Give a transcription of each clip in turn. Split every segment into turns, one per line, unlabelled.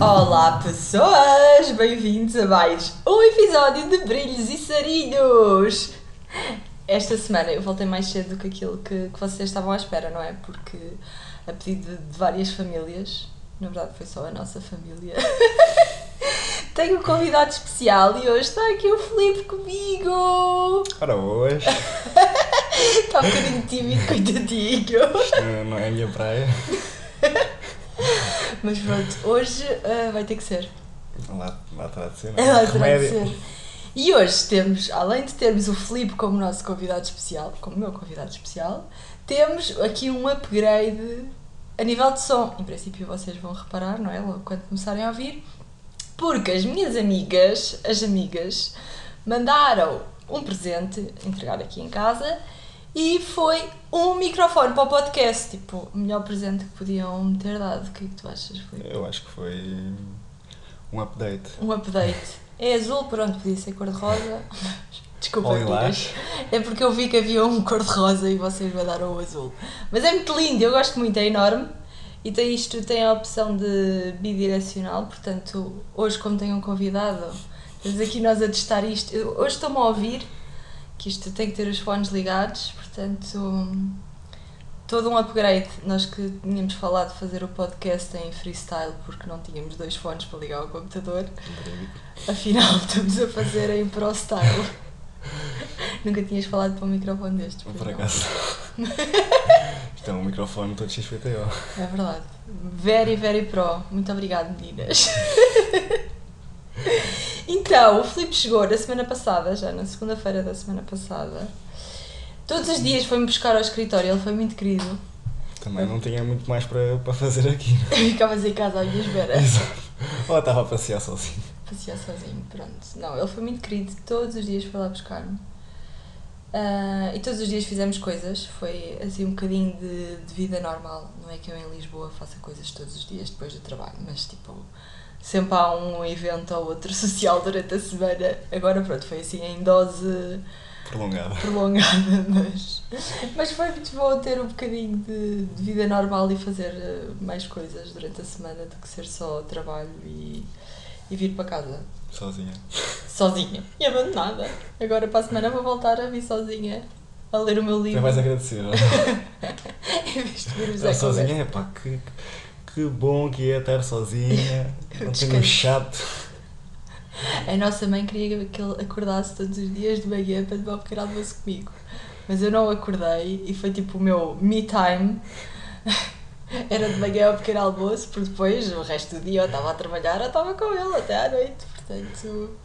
Olá pessoas, bem-vindos a mais um episódio de Brilhos e Sarilhos! Esta semana eu voltei mais cedo do que aquilo que, que vocês estavam à espera, não é? Porque a pedido de várias famílias, na verdade foi só a nossa família, tenho um convidado especial e hoje está aqui o Filipe comigo!
Ora, hoje,
Está um bocadinho tímido, coitadinho!
isto não é a minha praia.
Mas pronto, hoje ah, vai ter que ser.
Lá, lá terá de ser, não é?
Ela terá de
Remédio.
É ser. E hoje temos, além de termos o Filipe como nosso convidado especial, como meu convidado especial, temos aqui um upgrade a nível de som. Em princípio vocês vão reparar, não é? Logo quando começarem a ouvir. Porque as minhas amigas, as amigas, mandaram um presente, entregado aqui em casa, e foi um microfone para o podcast. Tipo, o melhor presente que podiam me ter dado. O que é que tu achas, Filipe?
Eu acho que foi um update.
Um update. É azul, pronto, podia ser cor-de-rosa. Desculpa,
Ou lilás.
amigas. É porque eu vi que havia um cor-de-rosa e vocês mandaram o azul. Mas é muito lindo, eu gosto muito, é enorme. E tem isto, tem a opção de bidirecional, portanto, hoje como tenho um convidado, estamos aqui nós a testar isto. Eu- hoje estou-me a ouvir, que isto tem que ter os fones ligados, portanto, hum, todo um upgrade. Nós que tínhamos falado de fazer o podcast em freestyle porque não tínhamos dois fones para ligar ao computador.
Verídico.
Afinal, estamos a fazer em pro style. Nunca tinhas falado para um microfone deste. pois
Por
não?
acaso. Isto é um microfone todo XPTO.
É verdade. Very, very pro. Muito obrigada, meninas. então, o Filipe chegou na semana passada, já na segunda-feira da semana passada. Todos os dias foi-me buscar ao escritório, ele foi muito querido.
Também não tinha muito mais para, para fazer aqui.
Eu ficavas em casa à minha espera.
Exato. Ou estava a passear sozinho.
passear sozinho, pronto. Não, ele foi muito querido, todos os dias foi lá buscar-me. Ah, e todos os dias fizemos coisas, foi assim um bocadinho de, de vida normal. Não é que eu em Lisboa faça coisas todos os dias depois do trabalho, mas tipo, sempre há um evento ou outro social durante a semana. Agora, pronto, foi assim em dose
Prolongada.
prolongada, mas, mas foi muito bom ter um bocadinho de, de vida normal e fazer eh, mais coisas durante a semana do que ser só trabalho e, e vir para casa
Sozinha.
sozinha e abandonada. Agora para a semana vou voltar a vir sozinha a ler o meu
Até
livro
mais agradecido.
em vez de vir o Zé
Estar
Conversa.
sozinha, é pá, que, que bom que é estar sozinha.
Eu
Não tenho
descanso.
um chato.
A nossa mãe queria que ele acordasse todos os dias de manhã para tomar um pequeno almoço comigo. Mas eu não acordei e foi tipo o meu me time. Era de manhã ao pequeno almoço, porque depois o resto do dia eu estava a trabalhar ou estava com ele até à noite. Portanto, uh,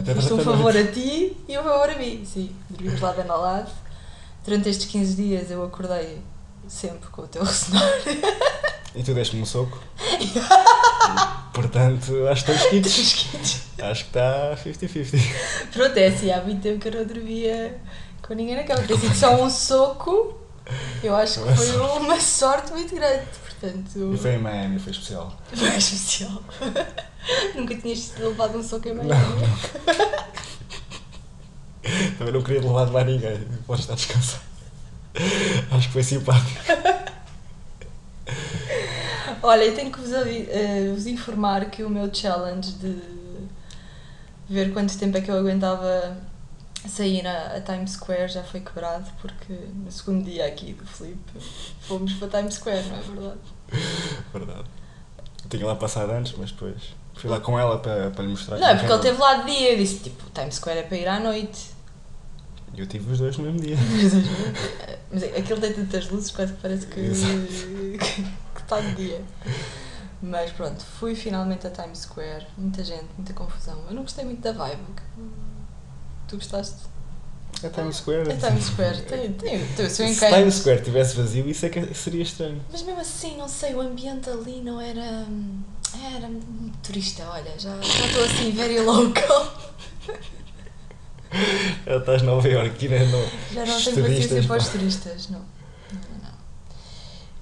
Até
fiz um
durante a
favor a ti e um favor a mim. Sim, dormimos lá bem ao lado. Durante estes 15 dias eu acordei sempre com o teu ressonar.
E tu deste-me um soco. Portanto, acho que estamos quites. Acho que tá está 50-50.
Pronto, é assim, há muito tempo que eu não dormia com ninguém na cama. Tem sido só um soco. Eu acho que
Uma
foi uma sorte muito grande, portanto.
E foi em Miami, foi especial.
Foi especial. Nunca tinhas sido levado um soco em
Não,
meio.
não. Também não queria levar de lá ninguém. Podes estar descansado. Acho que foi simpático.
Olha, eu tenho que vos, avi- eh, vos informar que o meu challenge de ver quanto tempo é que eu aguentava sair a, a Times Square já foi quebrado, porque no segundo dia aqui do Felipe fomos para Times Square, não é verdade?
É Verdade. Eu tinha lá passado antes, mas depois fui lá com ela para, para lhe mostrar.
Não, é
com
porque ele
quem
teve lá de dia. Eu disse, tipo, Times Square é para ir à noite.
eu- Eu tive os dois no mesmo dia.
Mas é- aquilo tem tantas luzes, quase que parece que,
Exato.
que, que está de dia. Mas pronto, fui finalmente a Times Square. Muita gente, muita confusão. Eu não gostei muito da vibe. Tu gostaste?
É Times Square.
A Times Square tem, tem, tem o seu
Se
encanto.
Times Square estivesse vazio, isso é que seria estranho.
Mas mesmo assim, não sei, o ambiente ali não era. Era muito turista, olha, já já estou assim, very local.
Já estás em Nova Iorque, né? não
Já não
Os
tenho paciência
turistas,
para os
pá.
turistas, não. Não, não.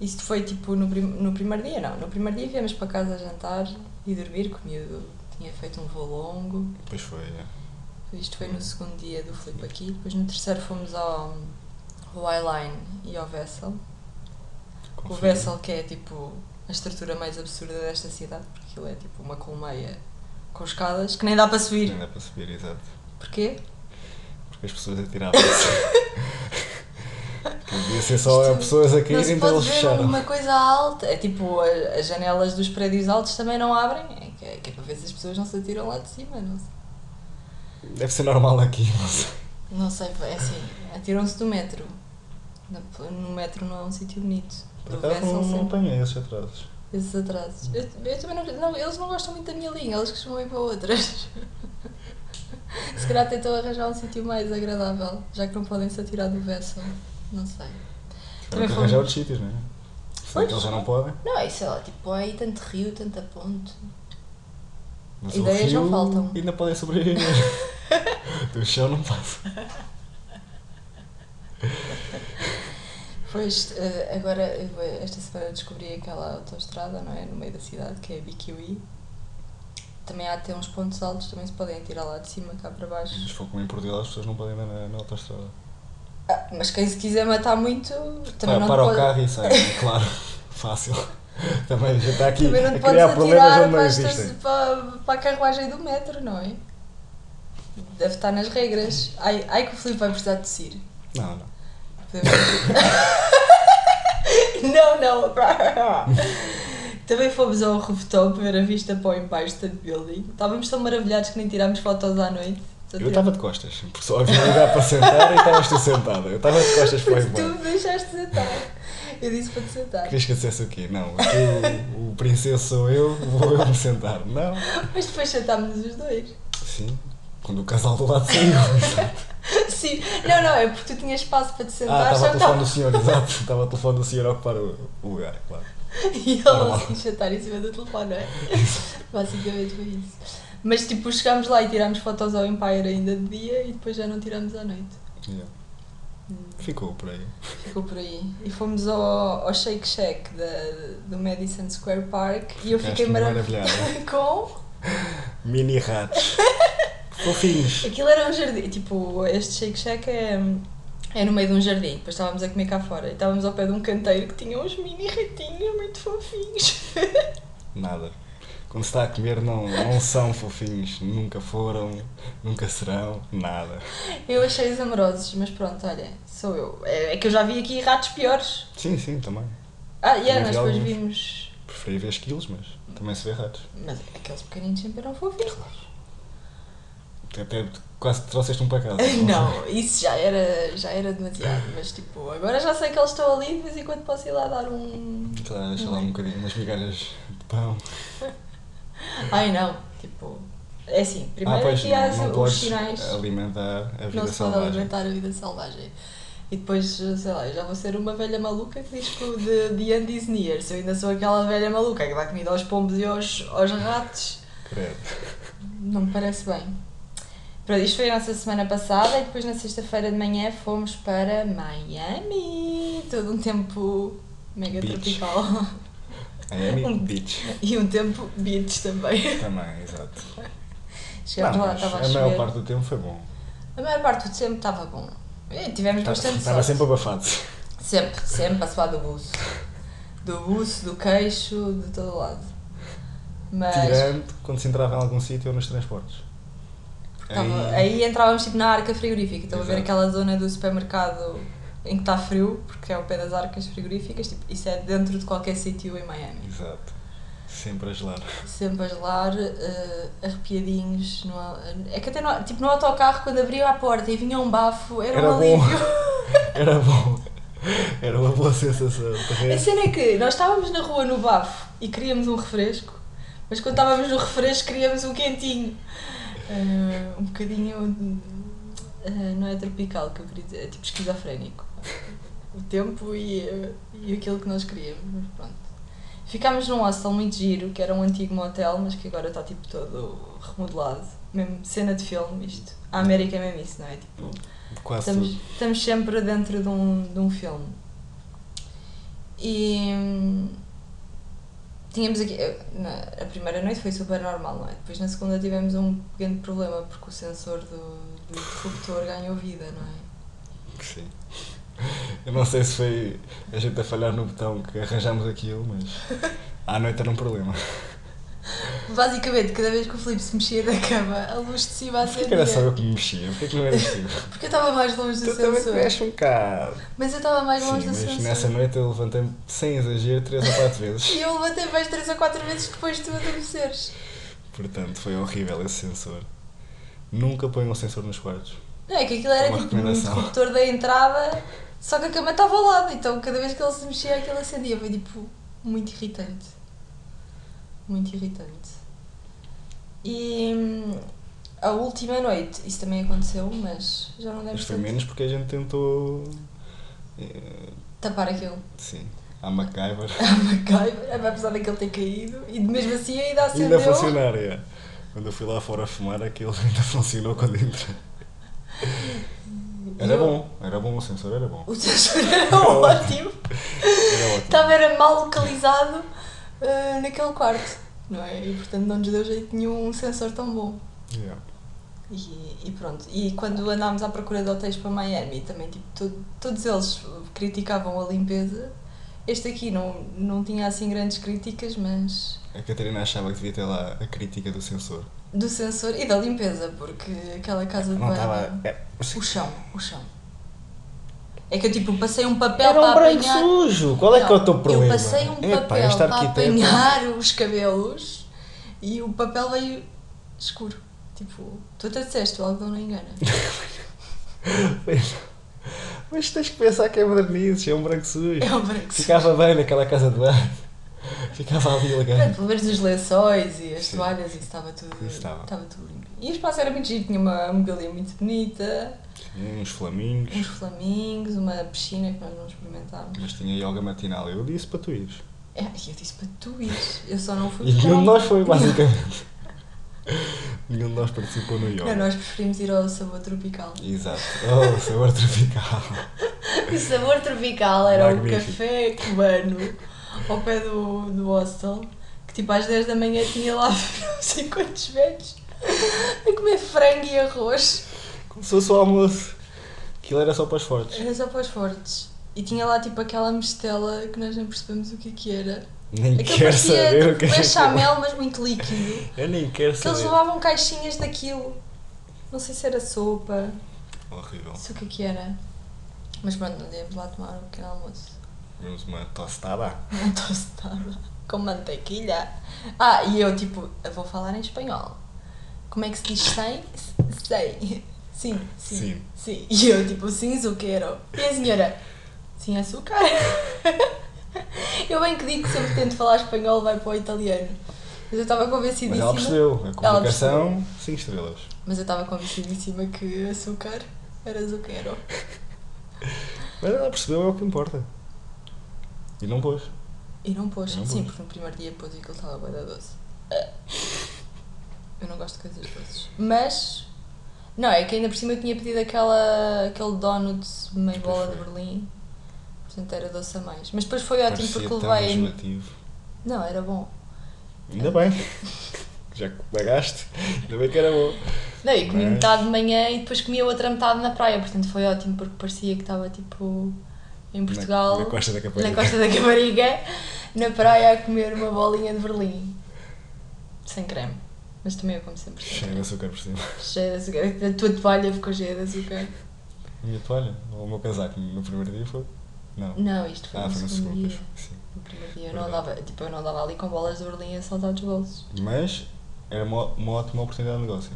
Isto foi tipo no, prim no primeiro dia, não. No primeiro dia viemos para casa jantar e dormir, que o miúdo tinha feito um voo longo.
Pois foi, é.
Isto foi no segundo dia do Filipe aqui. Depois no terceiro fomos ao, ao Highline e ao Vessel. O
Confio.
Vessel que é tipo a estrutura mais absurda desta cidade, porque aquilo é tipo uma colmeia com escadas que nem dá para subir.
Não dá é para subir, exato.
Porquê?
Porque as pessoas atiravam-se. Devia ser só é
Isto
pessoas a
Não
caírem
se
então eles
pode ver
fecharam.
uma coisa alta. É tipo, a- as janelas dos prédios altos também não abrem. É que é, que é para ver se as pessoas não se atiram lá de cima. Não sei,
Deve ser normal aqui, não sei.
não sei é assim, atiram-se do metro. No, no metro não é um sítio bonito.
Por acaso
Atravessam
não, não
é sempre
apanhei esses atrasos.
esses atrasos. Eu, eu também não, não- Eles não gostam muito da minha linha, eles costumam ir para outras. se calhar tentam arranjar um sítio mais agradável, já que não podem se atirar do vessel. Não sei.
Também
Também um-
que
fomos-
arranjar outros sítios, não é? Se bem que eles já não podem.
Não, é sei lá, tipo, há aí tanto rio, tanta ponte.
Mas
Ideias
o rio
não faltam.
Ainda podem sobreviver. Do chão não passa.
Pois, eh, agora, eh, esta semana descobri aquela autoestrada, não é? No meio da cidade, que é a BQI. Também há até uns pontos altos, também se podem atirar lá de cima, cá para baixo.
Mas for como em Portugal, as pessoas não podem andar na, na autostrada.
Ah, mas quem se quiser matar muito, também
Para,
não
Ah, para
te
o
pode...
carro e sai, é claro. Fácil. Também já está aqui
também não
a
te podes
criar problemas
atirar
onde não
para, esta-
existem.
para, para a carruagem do metro, não é? Deve estar nas regras. Ai, ai que o Filipe vai precisar tossir.
Não, não.
não, não. Também fomos ao rooftop ver a vista para o Empire State Building. Estávamos tão maravilhados que nem tirámos fotos à noite. Só
Eu
tirámos-
estava de costas, porque só havia um lugar para sentar e estavas tu sentada. Eu estava de costas para ir
Porque tu
embora.
me deixaste sentar. Eu disse para te sentar.
Querias que eu dissesse o quê? Não, aqui o, o princesa sou eu, vou eu me sentar. Não.
Mas depois sentámos os dois.
Sim. Quando o casal do lado saiu.
Sim. Não, não, é porque tu tinhas espaço para te sentar.
Ah, estava
só
o
que
telefone do
estava-
senhor, exato. Estava o telefone do senhor a ocupar o, o lugar, claro.
E ele
Normal.
assim sentar em cima do telefone, não é? Basicamente foi isso. Mas tipo, chegámos lá e tirámos fotos ao Empire ainda de dia e depois já não tirámos à noite. Hum.
Yeah. Ficou por aí.
Ficou por aí. E fomos ao, ao Shake Shack da- do Madison Square Park e eu
Ficaste
fiquei maravilhada
maravilhada.
com.
Mini ratos. Fofinhos.
Aquilo era um jardim. Tipo, este Shake Shack é, é no meio de um jardim. Depois estávamos a comer cá fora e estávamos ao pé de um canteiro que tinha uns mini ratinhos muito fofinhos.
Nada. Quando se está a comer, não, não são fofinhos. Nunca foram, nunca serão, nada.
Eu achei-os amorosos, mas pronto, olha, sou eu. É, é que eu já vi aqui ratos piores.
Sim, sim, também.
Ah, e yeah,
Também
nós
vi
depois
alguns.
vimos.
Preferi ver esquilos, mas também se vê ratos.
Mas é aqueles pequeninos sempre eram fofinhos.
Até quase te trouxeste um para casa.
Não, isso já era, já era demasiado, mas tipo, agora já sei que eles estão ali de vez em quando posso ir lá dar um.
Sei lá, deixa lá um bocadinho, umas migalhas de pão.
Ai não, tipo, é assim,
Ah,
primeiro aqui há os sinais,
alimentar a vida
não se pode
selvagem.
alimentar a vida selvagem. E depois, sei lá, eu já vou ser uma velha maluca que diz que o de, de Andy Sneers, eu ainda sou aquela velha maluca que dá comida aos pombos e aos, aos ratos.
Credo.
Não me parece bem. Pronto, isto foi a nossa semana passada e depois na sexta-feira de manhã fomos para Miami. Todo um tempo mega
Beach.
tropical.
Miami
Um-
Beach.
E um tempo beach também.
Também, exato.
Chegámos
Não,
lá,
mas
estava a
a maior
chover.
parte do tempo foi bom.
A maior parte do tempo estava bom. E tivemos bastante
Estava
sorte.
sempre abafado.
Sempre, sempre a suar do buço. Do buço, do queixo, de todo lado. Mas
Tirando quando se entrava em algum sítio ou nos transportes.
Tava- aí entrávamos tipo na arca frigorífica, estão a ver
Exato.
aquela zona do supermercado em que está frio, porque é ao pé das arcas frigoríficas, tipo, isso é dentro de qualquer sítio em Miami.
Exato. Sempre a gelar.
Sempre a gelar, eh, arrepiadinhos. No, a- é que até no, tipo, no autocarro, quando abriam a porta e vinha um bafo, era,
Era
um
bom.
alívio.
Era bom. Era uma boa sensação. de
A
resto.
cena é que nós estávamos na rua no bafo e queríamos um refresco, mas quando estávamos no refresco queríamos um quentinho. Eh, um bocadinho. eh, não é tropical que eu queria dizer, é tipo esquizofrénico. O tempo e, eh, e aquilo que nós queríamos, mas pronto. Ficámos num hostel muito giro, que era um antigo motel, mas que agora está tipo todo remodelado. Mesmo cena de filme, isto. A América é mesmo isso, não é? Tipo,
Quase
Estamos,
tudo.
estamos sempre dentro de um, de um filme. E hum, tínhamos aqui. eh, na- a primeira noite foi super normal, não é? Depois na segunda tivemos um pequeno problema porque o sensor do, do interruptor ganhou vida, não é?
Sim. Eu não sei se foi a gente a falhar no botão que arranjámos aquilo, mas À noite era um problema.
Basicamente, cada vez que o Filipe se mexia da cama, a luz de cima
Porquê que era só eu
acendia.
que me mexia? Porquê que não era possível?
Porque eu estava mais longe do
tu também te
sensor.
mexe um bocado.
Mas eu estava mais longe
Sim,
do
mas
sensor.
nessa noite eu levantei-me sem exagero 3 ou 4 vezes.
E eu levantei mais três ou quatro vezes depois de tu adormeceres.
Portanto, foi horrível esse sensor. Nunca ponham um sensor nos quartos.
Não, é que aquilo era
Uma
tipo um
recomendação.
interruptor da entrada, só que a cama estava ao lado, então cada vez que ele se mexia, aquilo acendia. Foi tipo muito irritante. Muito irritante. E hum, a última noite, isso também aconteceu, mas já não deve
Mas foi
tanto
menos porque a gente tentou. eh,
tapar aquilo.
Sim, a MacGyver.
A MacGyver, apesar daquele ter caído, e mesmo assim ainda acendeu.
Ainda funcionar, é. Quando eu fui lá fora fumar, aquilo ainda funcionou quando entrei. Era
Eu-
bom, era bom, o sensor era bom.
O sensor era ótimo.
Era ótimo.
Estava era mal localizado ah, naquele quarto, não é? E portanto não nos deu jeito nenhum um sensor tão bom.
Yeah.
E, e pronto. E quando andámos à procura de hotéis para Miami, também tipo, to- todos eles criticavam a limpeza. Este aqui não, não tinha assim grandes críticas, mas
A Catarina achava que devia ter lá a crítica do sensor.
do sensor e da limpeza, porque aquela casa de
Não
banho.
estava. é,
O chão, o chão. É que eu tipo passei um papel
Era um
para
branco
apanhar.
sujo. Qual é que é o teu problema?
Eu passei um papel
Epá, esta
para
arquiteta-
apanhar os cabelos e o papel veio escuro. Tipo, tu até disseste, o algodão não engana.
Mas tens que pensar que é modernices, é um branco sujo.
É um branco sujo.
Ficava bem naquela casa de banho. Ficava ali
Pronto,
elegante.
pelo menos os lençóis e as
Sim.
toalhas, isso estava tudo,
Isso estava.
estava tudo limpo. E o espaço era muito giro, tinha uma mobília muito bonita,
Uns flamingos.
uns flamingos, uma piscina que nós não experimentámos.
Mas tinha yoga matinal. Eu disse para tu ires.
É, eu disse para tu ires, eu só não fui
E
porque um
nenhum
não-
de nós foi, basicamente. nenhum de nós participou no yoga.
Não, nós preferimos ir ao sabor tropical.
Exato. Oh, sabor tropical.
O sabor tropical era o
Magnífico.
café cubano ao pé do, do hostel, que tipo às 10 da manhã tinha lá não sei quantos velhos a comer frango e arroz.
Começou só o almoço. Aquilo era só para os fortes.
Era só para os fortes. E tinha lá tipo aquela mistela que nós não percebemos o que é que era.
Nem
Aquilo
quero
parecia
saber o que é
tipo,
que
é
é.
chamel, mas muito líquido.
Eu nem quero
Que eles
saber.
levavam caixinhas daquilo. Não sei se era sopa,
Horrível.
não sei o que é que era. Mas pronto, não demos lá tomar um pequeno almoço.
Vimos uma tostada.
Uma tostada Então, com mantequilha. Ah, e eu tipo, eu vou falar em espanhol. Como é que se diz sem? Sem. Sim, sim.
Sim.
sim. E eu tipo, sim, zuqueiro. E a senhora, sem açúcar. Eu bem que digo que sempre tento falar espanhol vai para o italiano. Mas eu estava
Mas
convencidíssima.
ela percebeu. A comunicação,
percebeu.
5 estrelas.
mas eu estava convencidíssima que açúcar era zuqueiro.
Mas ela percebeu, é o que importa. E não pôs.
E não pôs.
E não
Sim,
pôs.
porque no primeiro dia pôs e aquilo estava bué da doce. Ah. Eu não gosto de coisas doces. Mas. Não, é que ainda por cima eu tinha pedido aquela, aquele donut meio
Pois
bola de
foi.
Berlim. Portanto era doce a mais. Mas depois foi ótimo
Parecia
porque
tão
levei.
enjoativo.
Não, era bom.
Ainda bem. Já que pagaste, ainda bem que era bom.
Não, eu comi
Mas-
metade de manhã e depois comi a outra metade na praia. Portanto foi ótimo porque parecia que estava tipo. Em Portugal.
Na, na costa da Caparica.
na costa da Caparica, na praia a comer uma bolinha de Berlim. Sem creme. Mas também eu como sempre sem
Cheio de
creme.
açúcar por cima.
Cheia de açúcar. A tua toalha ficou cheia de açúcar.
A minha toalha, ou o meu casaco no primeiro dia foi? Não.
Não, isto foi
ah,
no
foi no
segundo
segundo.
dia.
pois, Sim.
No primeiro dia eu não,
Verdade.
andava, tipo, eu não andava ali com bolas de Berlim a saltar os bolsos.
Mas era uma, uma ótima oportunidade de negócio.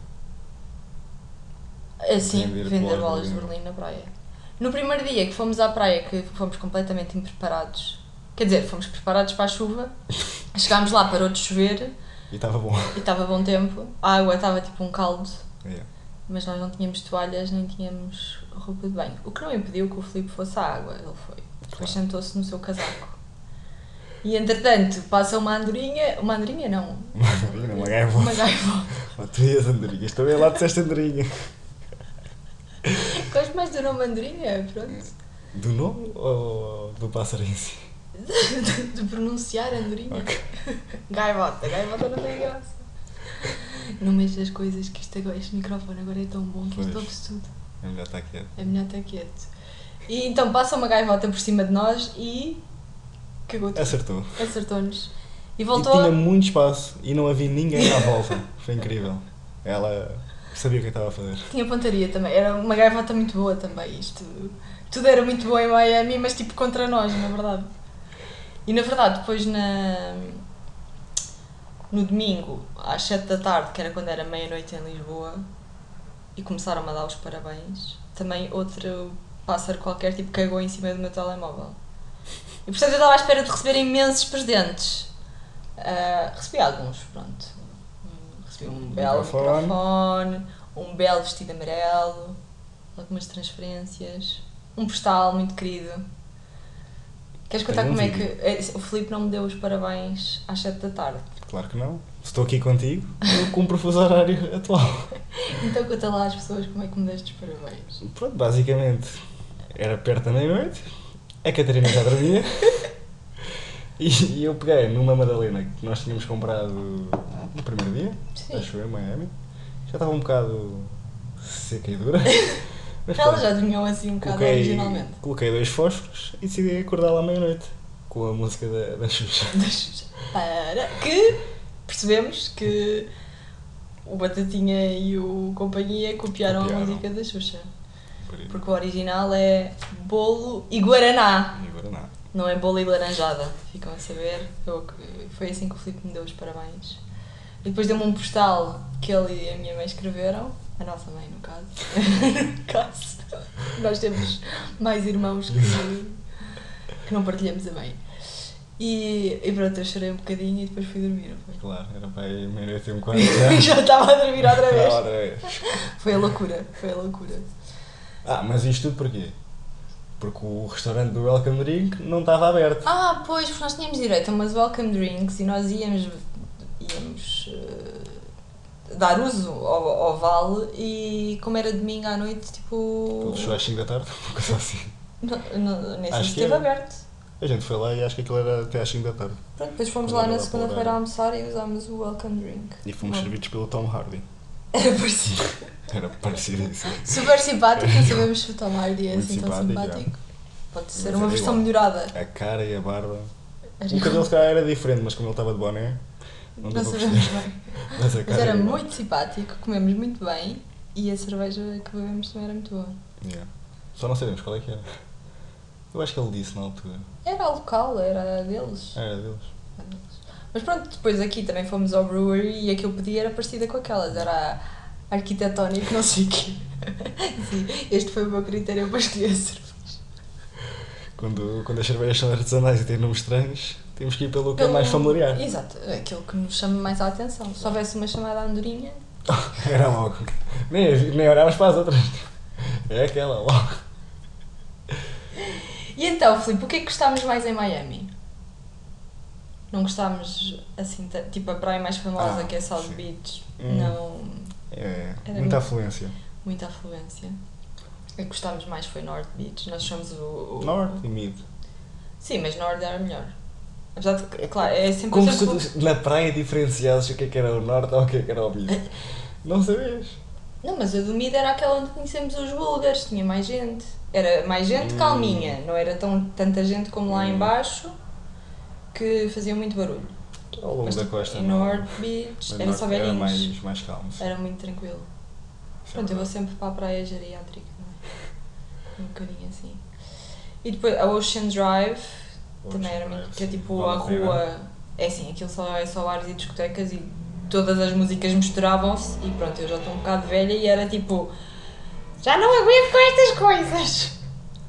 Assim,
Vender
vender bolas
bolas de
de
Berlim.
Berlim na praia. No primeiro dia que fomos à praia, que fomos completamente impreparados, quer dizer, fomos preparados para a chuva, chegámos lá, parou de chover
E estava bom.
e estava bom tempo, a água estava tipo um caldo,
É.
mas nós não tínhamos toalhas nem tínhamos roupa de banho. O que não impediu que o Filipe fosse à água, ele foi. Depois
Claro.
sentou-se no seu casaco. E entretanto, passa uma andorinha, uma andorinha não,
Uma andorinha, uma
uma
gaivota.
gaivota.
Uma tu e as andorinhas. Também lá disseste andorinha.
Gosto mais do nome andorinha, pronto.
Do nome ou do pássaro em si?
De, de pronunciar andorinha.
É. Ok.
Gaivota, gaivota não tem graça. Não mexas as coisas que isto agora, este microfone agora é tão bom que
Pois.
isto ouve-se tudo.
É melhor estar quieto.
É melhor estar quieto. E então passa uma gaivota por cima de nós e cagou tudo.
Acertou.
Acertou-nos. E
E
voltou
tinha
a...
muito espaço e não havia ninguém à volta. Foi incrível. Ela sabia o que estava a fazer.
Tinha pontaria também. Era uma gaivota muito boa também. Isto tudo era muito bom em Miami, mas tipo contra nós, na verdade. E na verdade, depois na no domingo, às 7 da tarde, que era quando era meia-noite em Lisboa, e começaram a dar os parabéns, também outro pássaro qualquer tipo cagou em cima do meu telemóvel. E portanto eu estava à espera de receber imensos presentes. Ah, recebi alguns, pronto. Hum, Recebi um belo
Microfone.
microfone, um belo vestido amarelo, algumas transferências, um postal muito querido. Queres
Tem
contar
um
como
vídeo.
é que. O Filipe não me deu os parabéns às 7 da tarde.
Claro que não. Se Estou aqui contigo, eu cumpro o fuso horário atual.
Então conta lá às pessoas como é que me deste os parabéns.
Pronto, basicamente era perto da meia-noite, a Catarina já dormia e, e eu peguei numa Madalena que nós tínhamos comprado no primeiro dia,
Sim.
acho eu, em Miami. Já estava um bocado seca e dura. Mas
Elas
pronto, é
já dormiam assim um bocado originalmente.
coloquei dois fósforos e decidi acordar lá à meia-noite com a música da, da Xuxa.
Deixa- Para que percebemos que o Batatinha e o Companhia copiaram, a
Copiaram.
música da Xuxa.
Por aí.
Porque o original é bolo e guaraná,
E agora nada.
não é bolo e laranjada. Ficam a saber. Eu- foi assim que o Filipe me deu os parabéns. E depois deu-me um postal que ele e a minha mãe escreveram. A nossa mãe, no caso. no caso. Nós temos mais irmãos que, que não partilhamos a mãe. E, e pronto, eu chorei um bocadinho e depois fui dormir. não foi?
Claro, era para aí meia-noite e um quarto. né?
Já estava a dormir outra vez.
Outra vez.
Foi a loucura, foi a loucura.
Ah, mas isto tudo porquê? Porque o restaurante do Welcome Drink não estava aberto.
Ah, pois, porque nós tínhamos direito a umas welcome drinks e nós íamos, íamos eh, dar uso ao, ao vale e como era domingo à noite, tipo.
Ele fechou às 5 da tarde, uma coisa assim.
não- não- Nem sei se
Acho que é.
esteve
era.
aberto.
A gente foi lá e acho que aquilo era até às 5 da tarde.
Pronto, depois fomos
Quando
lá na
era por
segunda-feira
hora.
almoçar e usámos o welcome drink.
E fomos
Bom,
servidos pelo Tom Hardy.
Era parecido.
Era parecido isso.
Super simpático, não sabemos se o Tom Hardy é
Muito
assim tão
simpático, já.
simpático. Pode ser
Mas
uma
era
versão
igual. Um
melhorada.
A cara e a barba.
Era
O cabelo
igual.
se calhar era diferente, mas como ele estava de boné, não deu
Não
para
sabemos
perceber.
bem.
Mas a
Mas
cara
era
Um igual.
muito simpático, comemos muito bem e a cerveja que bebemos também era muito boa.
Yeah. Só não sabemos qual é que era. Eu acho que ele disse na altura.
Era local, era deles.
Era deles.
Mas pronto, depois aqui também fomos ao brewery e a que eu pedi era parecida com aquelas, era arquitetónico, não sei o quê. Sim, este foi o meu critério para escolher a cerveja.
Quando, quando as cervejas são artesanais e têm nomes estranhos, temos que ir pelo que é mais
Pelo-
familiar.
Exato, aquilo que nos chama mais a atenção. Se houvesse uma chamada andorinha,
Era logo. Nem, nem olhavas para as outras. É aquela logo.
E então, Filipe, o que é que gostámos mais em Miami? Não gostámos assim, ta- tipo a praia mais famosa
Ah,
que é South
sim.
Beach,
Hum.
não
É,
Era muito-
muita afluência.
muita afluência. O que gostámos mais foi North Beach, nós somos o. o-
Norte e Mid.
Sim, mas North era melhor. Apesar de que, é claro, é sempre
Como
outra
se
coisa.
tu na praia diferenciasses o que é que era o Norte ou o que é que era o Mid. Não sabias?
Não, mas a do Mid era aquela onde conhecemos os búlgares, tinha mais gente. Era mais gente
Hum.
calminha, não era tão, tanta gente como lá
Hum.
em baixo que fazia muito barulho.
Ao longo
Mas
da
tipo,
costa.
em
não.
North Beach
Mas
era
Norte
só
Era
velhinhos.
mais, mais calmo. sim.
Era muito tranquilo.
Isso é
Pronto, eu vou
verdade.
sempre para a praia geriátrica, não é? Um bocadinho assim. E depois a Ocean Drive também era
Outros
muito. Que é
drives,
tipo
assim. vale
a
pena.
rua. É assim, aquilo só é só bares e discotecas e todas as músicas misturavam-se e pronto, eu já estou um bocado velha e era tipo. Já não aguento com estas coisas!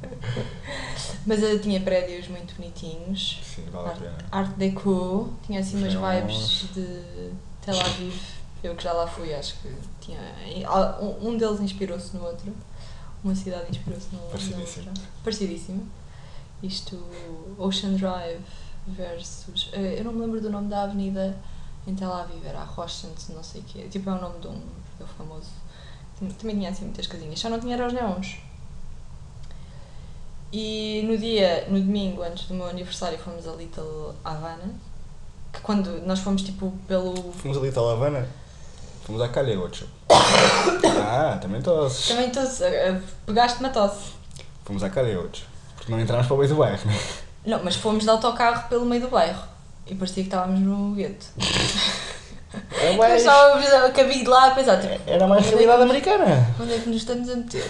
Mas eu tinha prédios muito bonitinhos.
Sim, vale a
Art,
pena.
Art Deco, tinha assim umas
Neons.
vibes de Tel Aviv. Eu que já lá fui, acho que tinha. um- Um deles inspirou-se no outro. Uma cidade inspirou-se no
Parecidíssimo.
na outra. Parecidíssimo. Isto, Ocean Drive versus. eh, Eu não me lembro do nome da avenida em Tel Aviv, era Rochant, não sei o quê. Tipo, é o nome de um judeu famoso. Tam- Também tinha assim muitas casinhas, só não tinha era os neons. E no dia, no domingo, antes do meu aniversário, fomos a Little Havana. Que quando nós fomos tipo pelo.
Fomos ali a Talavana. Fomos à Calha Ocho. ah, também tosses.
Também tu eh, pegaste-me a tosse.
Fomos à Calha Ocho. Porque não entramos para o meio do bairro, né?
Não, mas fomos de autocarro pelo meio do bairro. E parecia que estávamos no gueto.
Era
Mas
mais,
estava a caminho de lá a pensar, tipo,
era mais realidade americana.
onde é que nos estamos a meter?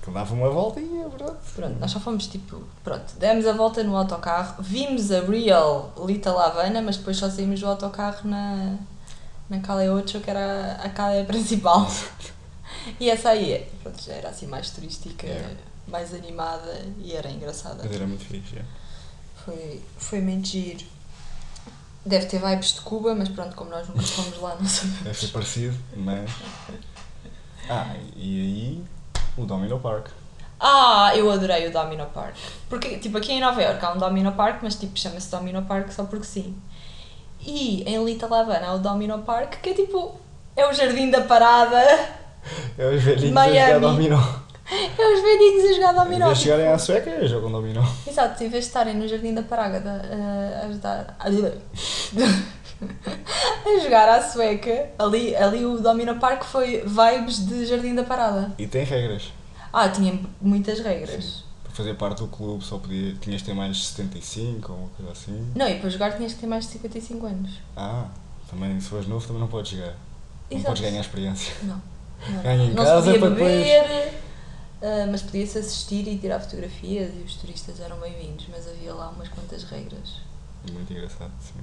Que dava uma voltinha, pronto.
Pronto, nós só fomos tipo, pronto, demos a volta no autocarro, vimos a Real Little Havana, mas depois só saímos do autocarro na, na Cale 8, que era a calha principal. e essa aí, é, pronto, já era assim mais turística,
Yeah.
mais animada e era engraçada.
Mas era muito fixe, é.
Foi, foi muito giro. Deve ter vibes de Cuba, mas pronto, como nós nunca fomos lá, não
Deve ser
sabemos.
parecido, mas. Ah, e aí o Domino Park.
Ah, eu adorei o Domino Park. Porque, tipo, aqui em Nova Iorque há um Domino Park, mas tipo, chama-se Domino Park só porque sim. E em Little Havana há o Domino Park, que é tipo, é o jardim da parada,
É os velhinhos a jogar
Miami.
Domino.
é os velhinhos a jogar
Em
Domino. tipo-
vez de chegarem à Sueca, jogam Domino.
Exato, em vez de estarem no jardim da Parágada a, a ajudar. A, a jogar à sueca, ali, ali o Domino Park foi vibes de jardim da parada.
E tem regras.
Ah, tinha muitas regras.
Para fazer parte do clube só podia, tinhas de ter mais de 75 ou uma coisa assim.
Não, e para jogar tinhas que ter mais de 55 anos.
Ah, também se fores novo também não podes jogar. Não
Exato.
podes ganhar experiência.
Não. Não,
Ganha em
não
casa
se
para
podia
depois-
beber, ah, mas podia-se assistir e tirar fotografias e os turistas eram bem-vindos, mas havia lá umas quantas regras.
É Muito engraçado, sim.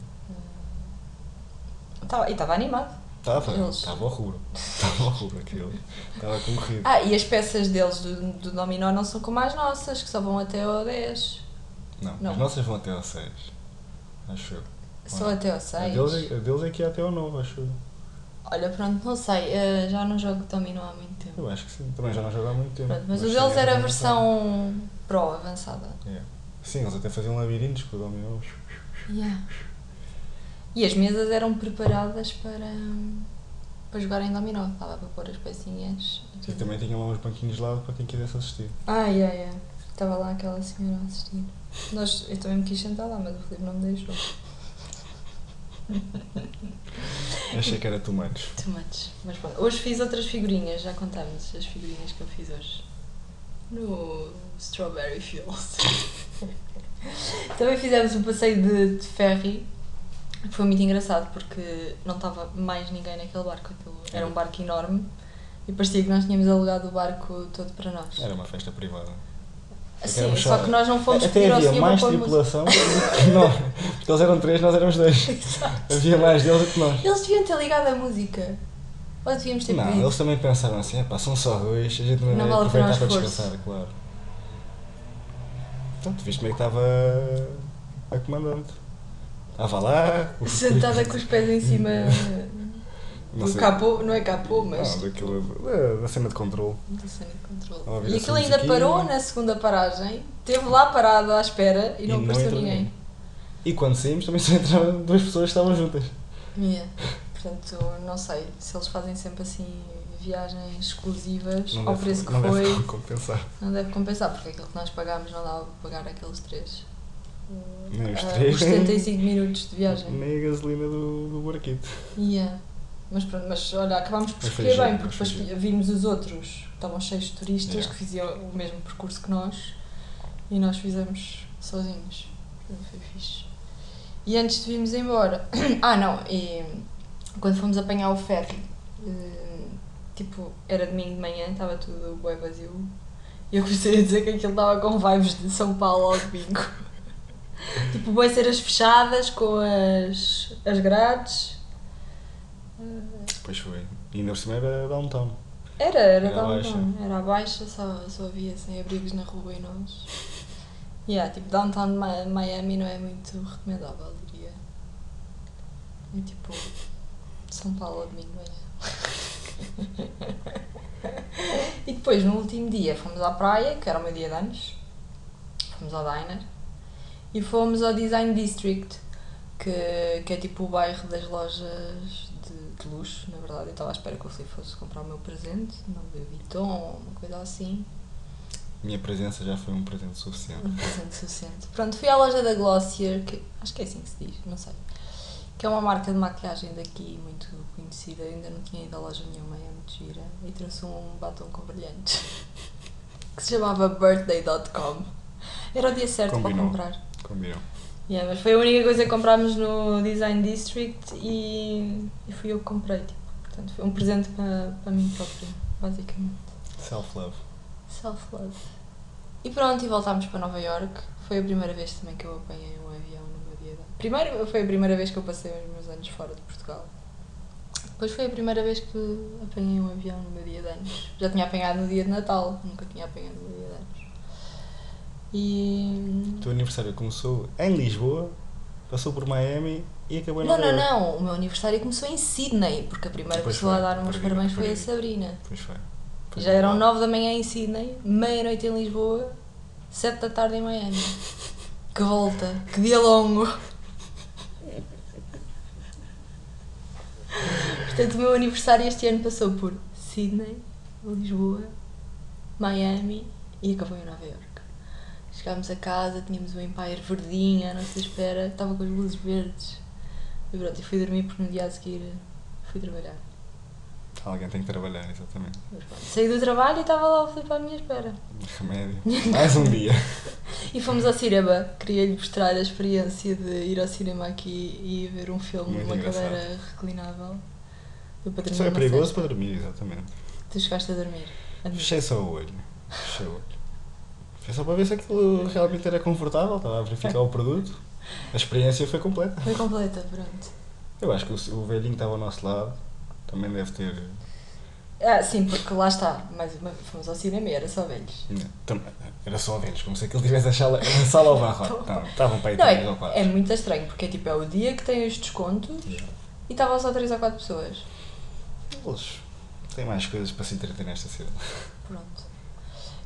Tava- e estava animado.
Estava,
Eles-
estava ao rubro. Estava ao rubro aquilo. Estava concorrido.
Ah, e as peças deles do, do dominó não são como as nossas, que só vão até ao 10.
Não,
não.
as nossas vão até ao 6. Acho eu.
Só
Olha,
até ao
A
6.
deles, é- a deles é que ia até ao 9, acho eu.
Olha, pronto, não sei, eh, já não jogo dominó há muito tempo.
Eu acho que sim. Também já não jogo há muito tempo.
Pronto, mas é o
cheguei
deles era a
avançar.
versão pro avançada.
É. Sim, eles até faziam labirintos com o dominó.
Yeah. E as mesas eram preparadas para, para jogar em dominó. Dava para pôr as pecinhas. e
E
tudo.
também tinham lá uns banquinhos lá para quem quisesse assistir.
Ai, ai, ai. Estava lá aquela senhora a assistir. Nós, eu também me quis sentar lá, mas o Filipe não me deixou.
Achei que era too much.
Too much. Mas pronto, hoje fiz outras figurinhas, já contámos as figurinhas que eu fiz hoje. No Strawberry Fields. Também fizemos um passeio de, de ferry. que Foi muito engraçado porque não estava mais ninguém naquele barco. Aquilo era um barco enorme e parecia que nós tínhamos alugado o barco todo para nós.
Era uma festa privada.
Sim,
éramos
só
só-
que nós não fomos
Até
pedir ao
havia
senhor
mais tipo
para pôr música.
tripulação do que nós. Porque eles eram três, nós éramos dois. Havia mais deles do que nós.
Eles deviam ter ligado a música. Ou devíamos ter
Não,
pedido.
eles também pensaram assim, "Epá, são só dois, a gente
Tipo, Não
não vai
vale a pena o
aproveitar para
esforço."
descansar, claro. Então, tu viste como é que estava a comandante. Estava lá, o-
Sentada com os pés em cima
não
do
sei-
capô, não é capô, mas
Não, daquilo, é, da, da cena de controle.
da cena de
Ao
controle.
ouvir
E
essa
aquilo ainda
musiquinha.
parou na segunda paragem, esteve lá parado à espera e não apareceu
entrou
ninguém.
E quando saímos também só entraram duas pessoas que estavam juntas.
Yeah. Portanto, não sei se eles fazem sempre assim viagens exclusivas
Não
ao
deve-
preço que
não
foi,
deve compensar.
não deve compensar, porque aquilo que nós pagámos não dava para pagar aqueles três.
Nem os
Ah,
três.
os 75 minutos de viagem.
Nem a gasolina do, do buraquito.
Yeah. Mas pronto, mas olha, acabámos por
Mas foi
escolher
giro,
bem,
mas
porque
foi
depois vimos os outros que estavam cheios de turistas
Yeah.
que faziam o mesmo percurso que nós e nós fizemos sozinhos. Portanto, Foi fixe. E antes de virmos embora. ah, não, e quando fomos apanhar o ferry, eh, tipo, era domingo de manhã, estava tudo bem vazio. E eu comecei a dizer que aquilo estava com vibes de São Paulo ao domingo. tipo, boiceiras fechadas com as, as grades. Hum,
Pois foi. E ainda por cima era downtown.
Era, era
Era
downtown.
baixa.
Era a baixa, só, só havia sem-abrigos na rua e nós. Yeah, tipo, downtown de Mi- Miami não é muito recomendável, diria. É tipo, São Paulo ao domingo de manhã. e depois, no último dia, fomos à praia, que era o meu dia de anos. Fomos ao diner. E fomos ao Design District, que, que é tipo o bairro das lojas de, de luxo, na verdade. Eu estava à espera que o Filipe fosse comprar o meu presente, não Louis Vuitton, uma coisa assim.
Minha presença já foi um presente suficiente.
Um presente suficiente. Pronto, fui à loja da Glossier, que acho que é assim que se diz, não sei. Que é uma marca de maquilhagem daqui muito conhecida, eu ainda não tinha ido à loja nenhuma, é muito gira. E trouxe um batom com brilhantes que se chamava birthday.com. Era o dia certo
Combinou.
para comprar.
Combinou.
Yeah, mas foi a única coisa que comprámos no Design District e, e fui eu que comprei. Tipo. Portanto, foi um presente para, para mim própria, basicamente.
Self-love.
Self-love. E pronto, e voltámos para Nova York. Foi a primeira vez também que eu apanhei um avião no meu dia. de- Primeiro foi a primeira vez que eu passei os meus anos fora de Portugal. Depois foi a primeira vez que apanhei um avião no meu dia de anos. Já tinha apanhado no dia de Natal, nunca tinha apanhado no meu dia de anos. E.
O teu aniversário começou em Lisboa, passou por Miami e acabou em
Não,
Nova
não,
Iorque.
não. O meu aniversário começou em Sydney, porque a primeira
Pois
pessoa
foi,
a dar-me os
por aí,
parabéns
por
foi a
aí.
Sabrina.
Pois foi. Pois
Já um
foi.
eram 9 da manhã em Sydney, meia-noite em Lisboa, 7 da tarde em Miami. Que volta, que dia longo! Portanto, o meu aniversário este ano passou por Sydney, Lisboa, Miami e acabou em Nova Iorque. Chegámos a casa, tínhamos o Empire verdinho à nossa espera, estava com as luzes verdes. E pronto, eu fui dormir porque no dia a seguir fui trabalhar.
Alguém tem que trabalhar, exatamente.
Mas pronto, saí do trabalho e estava lá o Filipe à minha espera.
Remédio. Mais um dia.
E fomos ao cinema. Queria-lhe mostrar a experiência de ir ao cinema aqui e ver um filme
Muito
numa
engraçado.
cadeira reclinável. Eu para
Só
dormir
é
uma
perigoso
cesta.
para dormir, exatamente.
Tu chegaste a dormir. Admito.
Fechei só o olho. Fechei o olho. Foi só para ver se aquilo realmente era confortável, estava a verificar o produto. A experiência foi completa.
Foi completa, pronto.
Eu acho que o, o velhinho que estava ao nosso lado também deve ter.
Ah, sim, porque lá está. Mais uma fomos ao cinema e era só velhos.
Não, tam- Era só velhos, como se aquilo tivesse a sala, a sala ao barro. Não, estavam para aí
Não,
três ou
é, é
quatro.
muito estranho, porque é tipo, é o dia que tem os descontos e estavam só 3 ou 4 pessoas.
Eles têm mais coisas para se entreter nesta cidade.
Pronto.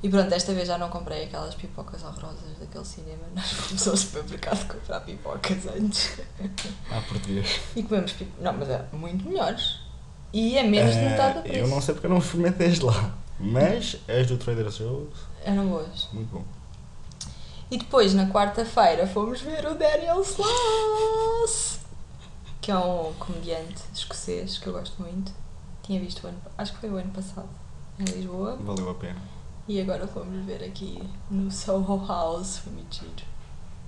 E pronto, desta vez já não comprei aquelas pipocas horrorosas daquele cinema. Nós fomos ao supermercado comprar pipocas antes.
Há português.
E comemos pipocas. Não, mas é muito melhores. E é menos de
Eh,
metade do
Eu
preço.
não sei porque eu não experimentei as de lá. Mas as do Trader Joe's,
Eram boas.
muito bom.
E depois, na quarta-feira, fomos ver o Daniel Sloss, que é um comediante escocês que eu gosto muito. Tinha visto o ano. Acho que foi o ano passado, em Lisboa.
Valeu a pena.
E agora fomos ver aqui no Soho House. Foi muito giro.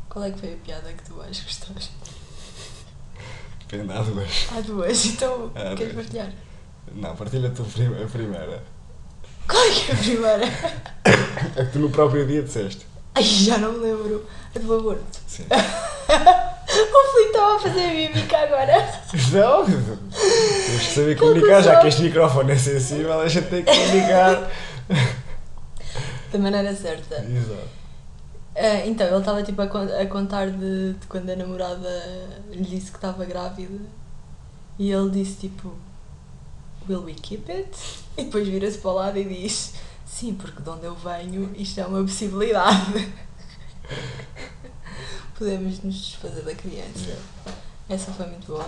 Qual é que foi a piada que tu mais gostaste?
Pena há duas.
Há duas, então
Há
queres
duas.
partilhar?
Não, partilha tu prim- a primeira.
Qual é que é a primeira?
É que tu no próprio dia disseste.
Ai, já não me lembro. A do aborto.
Sim.
o Filipe estava a fazer mímica agora.
Não! Temos que saber comunicar, já que este microfone é sensível, a gente tem que comunicar.
Da maneira certa.
Exato.
Ah, então, ele estava tipo a, con- a contar de, de quando a namorada lhe disse que estava grávida. E ele disse tipo, Will we keep it? E depois vira-se para o lado e diz, Sim, porque de onde eu venho isto é uma possibilidade. Podemos nos desfazer da criança.
Yeah.
Essa foi muito boa.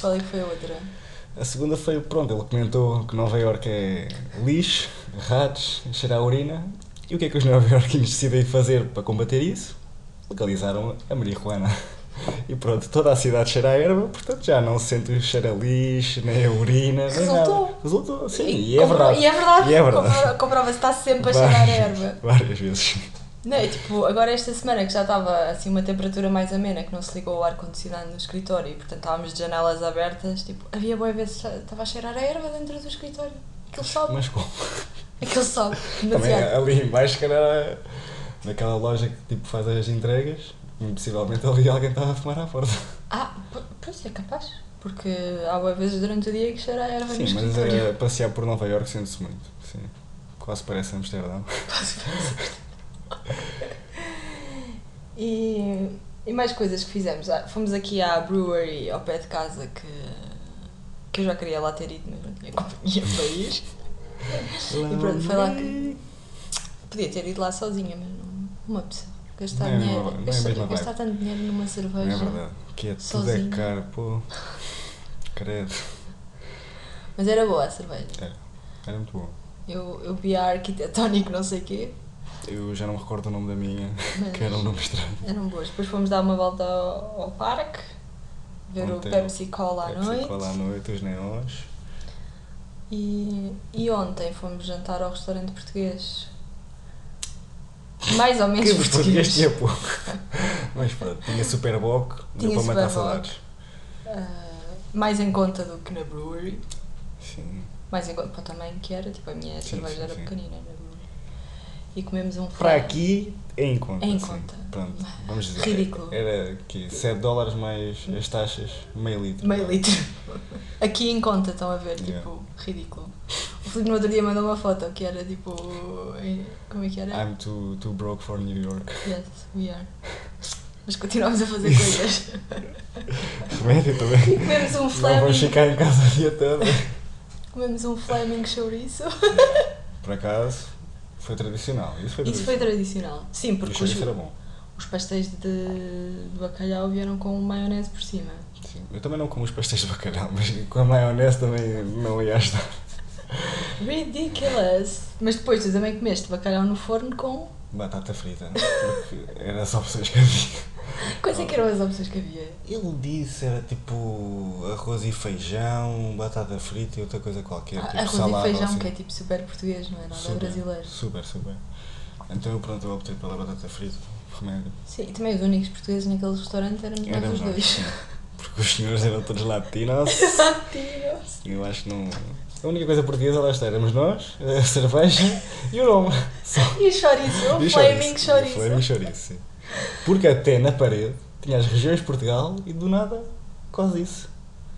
Qual é que foi a outra?
A segunda foi, pronto, ele comentou que Nova Iorque é lixo, ratos, cheira a urina. E o que é que os nova iorquinos decidem fazer para combater isso? Legalizaram a marihuana. E pronto, toda a cidade cheira a erva, portanto já não se sente o cheiro a lixo, nem a urina, nem
Resultou.
nada. Resultou, sim, e,
E
é
compro-
verdade.
E é verdade.
E é verdade.
Compro- Comprova-se que está sempre a cheirar a
Várias-
erva.
Várias vezes.
Não, é tipo, agora esta semana que já estava assim uma temperatura mais amena, que não se ligou o ar-condicionado no escritório e portanto estávamos de janelas abertas, tipo, havia boa vez estava a cheirar a erva dentro do escritório. Aquilo sobe,
Mas como?
aquilo sobe,
Também é.
demasiado.
ali embaixo, que era naquela loja que tipo, faz as entregas, possivelmente ali alguém estava a fumar à porta.
Ah, po- pois é capaz, porque há boa vezes durante o dia que cheira a erva no
Sim, mas
escritório.
eh, passear por Nova Iorque sente-se muito. Sim. Quase parece Amsterdão.
E, e mais coisas que fizemos. Ah, Fomos aqui à brewery ao pé de casa que, que eu já queria lá ter ido, mas não tinha companhia para ir. E pronto, foi lá que- Podia ter ido lá sozinha, mas não. Uma pessoa. Gastar,
Não é
dinheiro,
uma- não é a
gastar,
mesma vibe.
gastar tanto dinheiro numa
Não
cerveja.
é verdade. Que é tudo é
Sozinho.
caro, pô. Credo.
Mas era boa a cerveja.
Era, era muito bom.
Eu, eu vi a arquitetónico, não sei o quê.
Eu já não me recordo o nome da minha,
Mas-
que era um nome estranho.
Eram boas. Depois fomos dar uma volta ao, ao parque, ver
Ontem,
o Pepsi Cola à
É
noite.
Cola à noite, os neons.
E, e ontem fomos jantar ao restaurante português. Mais ou menos
Que português tinha pouco. é, Mas pronto, tinha Super Bock, deu
Tinha
para matar
Superboc.
saudades.
Ah, mais em conta do que na brewery.
Sim.
Mais em conta para o tamanho que era, tipo, a minha
Sim,
cerveja
sim,
era
sim.
pequenina na brewery. E comemos um
Para
flan.
aqui é em conta.
É em
sim.
conta.
Pronto, vamos dizer.
Ridículo.
Era que 7 dólares mais as taxas, meio litro.
Meio litro. Aqui em conta, estão a ver, tipo,
Yeah.
ridículo. O Filipe no outro dia mandou uma foto que era tipo. em- Como é que era?
I'm too, too broke for New York.
Yes, we are. Mas continuamos a fazer coisas.
Remédio também.
comemos um
Não vamos
flaming,
ficar em casa o dia todo.
comemos um flaming chouriço.
Por acaso, foi tradicional. Isso foi
Isso foi tradicional. Sim, porque
Porque
os,
isso era bom.
os pastéis de, de bacalhau vieram com maionese por cima.
Sim. Eu também não como os pastéis de bacalhau, mas com a maionese também não ia ajudar.
Ridiculous! Mas depois tu também comeste bacalhau no forno com.
Batata frita, né? porque eram as opções que havia.
Quais é que eram as opções que havia?
Ele disse era tipo arroz e feijão, batata frita e outra coisa qualquer.
Ah,
tipo
arroz
salada,
e feijão,
assim.
que é tipo super português, não é nada
Super,
brasileiro.
Super, super. Então eu pronto, eu optei pela batata frita, remédio.
Sim, e também os únicos portugueses naquele restaurante éramos nós
Éramos
os
nós,
dois.
sim. Porque os senhores eram todos latinos.
Latinos.
e Eu acho que não. A única coisa portuguesa lá está, éramos nós, a cerveja e o nome. Só.
E o chouriço,
E
o flaming
O
chouriço.
Flaming chouriço, sim. Porque até na parede tinha as regiões de Portugal e do nada quase isso.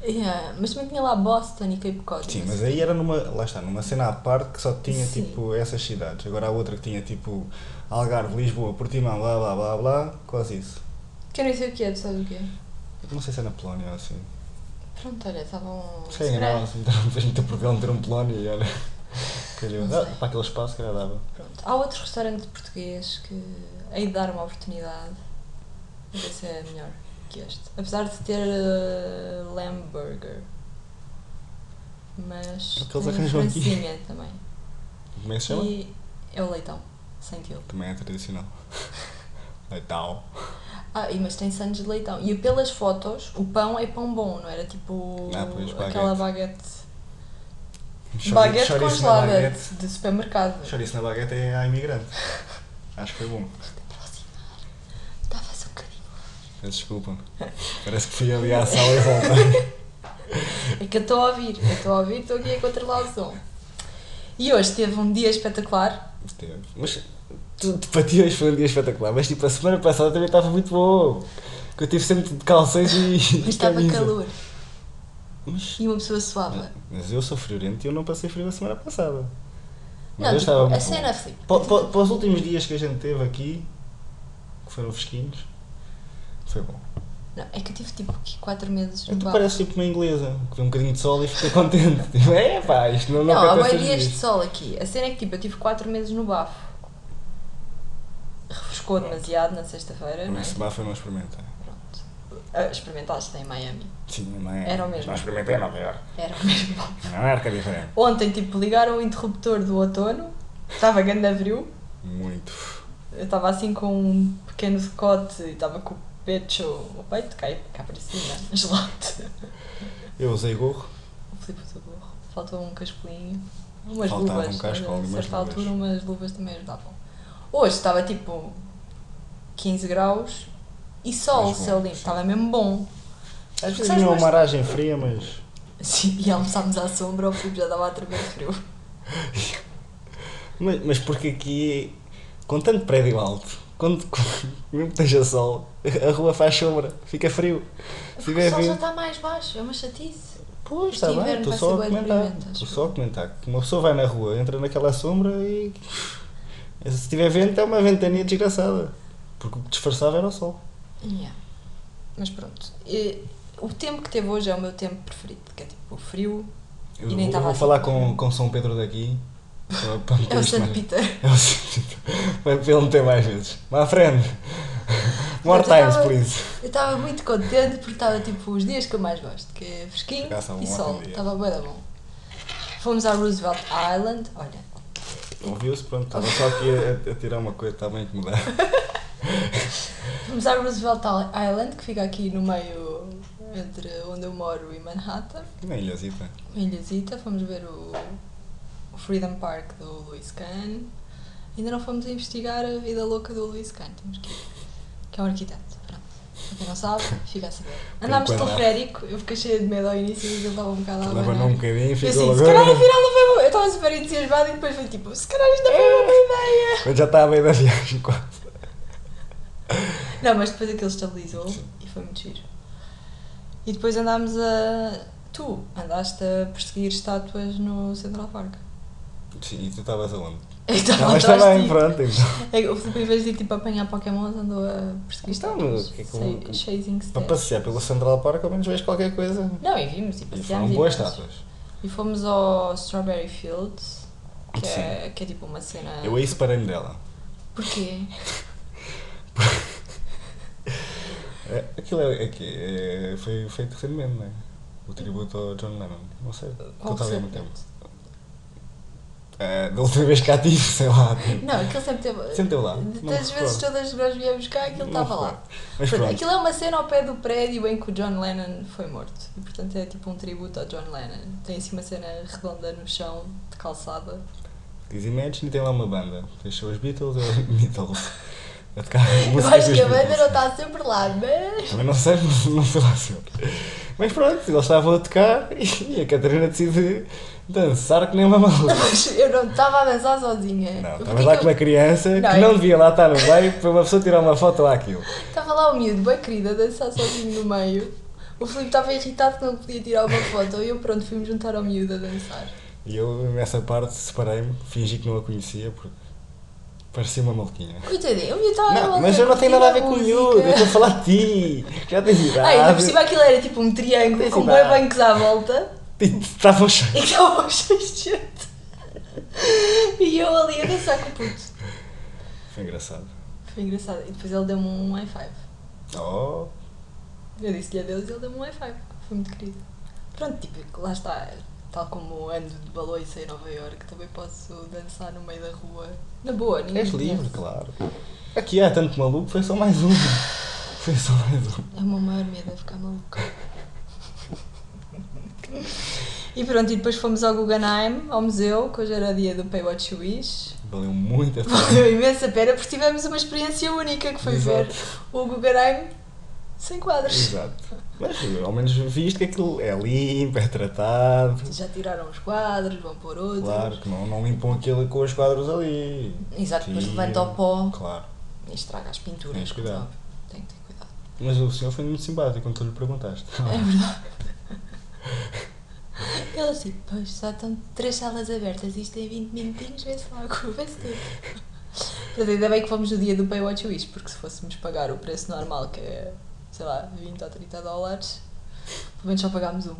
Yeah, mas também tinha lá Boston e Cape Cod.
Sim,
não
mas é-
sei.
aí era numa, lá está, numa cena à parte que só tinha
Sim.
tipo essas cidades. Agora há outra que tinha tipo Algarve, Lisboa, Portimão, blá blá blá blá, quase isso.
Que eu nem sei o que é, tu sabes o que é?
Não sei se é na Polónia ou assim.
Pronto, olha, estavam.
Sei enganava se meteram muito a Portugal, meteram Polónia um e olha. Calhou.
Não
Ah,
sei.
para aquele espaço que era dava.
Pronto. Há outro restaurante português que hei de dar uma oportunidade. Vou ver se é melhor que este. Apesar de ter uh, lamb burger. Mas
É o que eles
tem
arranjam aqui.
francinha também.
Como é que se chama?
E é o leitão, sem til.
Também é tradicional. Leitão.
Ah, e mas tem sandes de leitão. E pelas fotos, o pão é pão bom, não era tipo
Ah, pois,
aquela baguete. Baguete
Chouriço na
congelada
baguete.
de supermercado.
Chouriço na baguete é a imigrante. Acho que foi bom.
Estava-se um bocadinho.
Peço desculpa. Parece que fui ali à sala e voltei.
É que eu estou a ouvir, eu estou a ouvir, estou aqui a controlar o som. E hoje teve um dia espetacular.
Teve. Mas tu, tu, para ti hoje foi um dia espetacular. Mas tipo, a semana passada também estava muito bom. Que eu tive sempre de calções e.
Mas estava calor
Mas,
e uma pessoa suava.
mas eu sou friorento e eu não passei frio na semana passada. Mas
Não,
eu
tipo,
estava
a
muito bom.
cena flip.
Pa- pa- Para os últimos dias que a gente teve aqui, que foram fresquinhos, foi bom.
Não, é que eu tive tipo 4 meses no
Tu
bar.
pareces tipo uma inglesa, que vê um bocadinho de sol e fica contente. Tipo, é pá, isto não,
Não, há
acontece
bem
às
dias de
vezes."
sol aqui. A cena é que tipo, eu tive 4 meses no bafo. Refrescou
Pronto.
demasiado na sexta-feira, não é?
Esse bafo eu não experimentei.
Pronto. Ah, Experimentaste em Miami.
Sim, não é.
Era o mesmo.
Não experimentei em Nova Iorque.
Era o mesmo bafo.
Não era que é diferente.
Ontem, tipo, ligaram o interruptor do outono. Estava grande abril.
Muito.
Eu estava assim com um pequeno decote e estava com o pecho, o peito cai cá para cima, gelado.
Eu usei gorro.
O Filipe usou gorro. Faltou um cascolinho, umas
Faltava
luvas.
um cascolinho,
mas a
umas
certa
luvas.
altura umas luvas também ajudavam. Hoje estava tipo 15 graus e sol,
Mas bom,
céu limpo,
sim.
estava mesmo bom.
Às vezes
Sabes,
tinha uma
mas-
maragem fria, mas.
Sim, e almoçámos à sombra, o Filipe já estava a tremer de frio.
Mas, mas porque aqui, com tanto prédio alto, quando, mesmo que esteja sol, a rua faz sombra, fica frio. Se
Porque o
tiver
sol já
vento.
está mais baixo, é uma chatice. Este
Pois, está bem,
inverno
estou
vai
só
ser
a
bué
comentar.
deprimente, acho
Estou só a comentar. que Uma pessoa vai na rua, entra naquela sombra e. Se tiver vento, é uma ventania desgraçada. Porque o que disfarçava era o sol.
Yeah. Mas pronto. E o tempo que teve hoje é o meu tempo preferido, que é tipo o frio.
Eu,
E nem
eu
estava
vou
assim.
falar com, com São Pedro daqui. para- para meter
É o
isto
Santo
mais-
Peter.
É o Santo Peter. Para para ele meter mais vezes. My friend. More
Mas eu
times,
estava-
please.
Eu estava muito contente porque estava tipo os dias que eu mais gosto, que é fresquinho
Por acaso, é um
e
ótimo
sol.
dia.
Estava bué da bom. Fomos à Roosevelt Island, olha,
Ouviu-se, pronto. Estava só aqui a, a tirar uma coisa, tá estava a incomodar.
fomos à Roosevelt Island, que fica aqui no meio entre onde eu moro e Manhattan,
Na ilhazita.
uma ilhazita, fomos ver o, o Freedom Park do Louis Kahn. Ainda não fomos a investigar a vida louca do Louis Kahn, temos que ir, que é um arquiteto. para quem não sabe, fica a saber. Andámos de
enquadrar.
teleférico, eu fiquei cheia de medo ao início e ele estava um bocado a
Leva-me um
abanar.
bocadinho e
Eu
ficou
assim, se calhar
agora.
afinal não foi boa. Eu estava super entusiasmada e depois foi tipo, se calhar isto não foi uma boa ideia.
Quando já está a meio da viagem quase.
Não, mas depois aquilo estabilizou e foi muito giro. E depois andámos a. Tu andaste a perseguir estátuas no Central Park.
Sim, e tu estavas aonde?
Eu estava
Ah, mas
atrás
está bem,
de ti.
pronto. Então.
tá É que O Filipe, em vez de ir tipo, apanhar Pokémons, andou a perseguir
Então,
estátuas.
que é que
Sei-
eu-
Chasing
Para
Stairs.
passear pelo Central Park, ao menos vês qualquer coisa.
Não, e vimos e
E
passeámos.
foram boas
vimos.
estátuas.
E fomos ao Strawberry Fields, que, é, que é tipo uma cena.
Eu aí separei-me dela.
Porquê?
É, Aquilo é, é que é, foi feito recentemente, não é? O tributo ao John Lennon. Não sei. Que eu
Qual
estava aí há muito
sempre?
tempo. É, da última vez cá tive, sei lá. tipo,
Não, aquilo sempre teve.
Sempre teve lá. Não me
Das vezes
recordo.
todas que nós viemos cá, aquilo
Não
estava
me
lá.
recordo. Mas
Portanto,
pronto.
Aquilo é uma cena ao pé do prédio em que o John Lennon foi morto. E portanto é tipo um tributo ao John Lennon. Tem assim uma cena redonda no chão, de calçada.
Diz Imagine tem lá uma banda. Fechou os Beatles, é os Beatles. A tocar
Eu
músicas
acho
dos
que a banda
Beatles.
não está sempre lá, mas.
Também não sei, não, não sei lá sempre. Mas pronto, eles estavam a tocar e a Catarina decide dançar que nem uma maluca.
Mas eu não estava a dançar sozinha.
Não,
É. Porque
estava lá
que
com uma
eu-
criança
Não,
que
é
não
que-
devia lá estar no meio para uma pessoa tirar uma foto àquilo.
Estava lá o miúdo, bem querido, a dançar sozinho no meio. O Filipe estava irritado que não podia tirar uma foto e eu pronto, fui-me juntar ao miúdo a dançar.
E eu, nessa parte, separei-me, fingi que não a conhecia porque parecia uma maluquinha.
Coitadinho, o miúdo tá é estava
Não,
ali
mas eu não tenho nada
curtir
a ver com o miúdo, eu estou a falar de ti. Já tens
Ah, ainda por
idade.
cima aquilo era tipo um triângulo com
Idade.
bem bancos à volta.
Estavam cheios.
E que estavam cheios de gente. E eu ali a dançar com o puto.
Foi engraçado.
Foi engraçado. E depois ele deu-me um high five.
Oh,
Eu disse-lhe adeus e ele deu-me um high five. Foi muito querido. Pronto, tipo, lá está. Tal como ando de baloiça em Nova Iorque, também posso dançar no meio da rua. Na boa, ninguém
és
me
livre,
conhece.
claro. Aqui há tanto maluco, foi só mais um. Foi só mais um.
É o meu maior medo, é ficar maluca. e pronto, e depois fomos ao Guggenheim, ao museu, que hoje era dia do Pay What You Wish.
Valeu muito a pena.
Valeu imensa pena porque tivemos uma experiência única que foi ver o Guggenheim sem quadros.
Exato. Mas ao menos viste que aquilo é limpo, é tratado.
Já tiraram os quadros, vão pôr outros.
Claro, que não, não limpam aquilo com os quadros ali.
Exato, depois
Sim.
levanta o pó
Claro.
e estraga as pinturas.
Tens
como é
cuidado.
óbvio. Tem que ter cuidado.
Mas o senhor foi muito simpático quando tu lhe perguntaste.
É verdade. Ele assim, pois só estão três salas abertas, isto em 20 minutinhos, vê-se logo, vê-se tudo. Portanto, ainda bem que fomos no dia do Pay What You Wish, porque se fôssemos pagar o preço normal, que é, sei lá, 20 ou 30 dólares, pelo menos só pagámos um.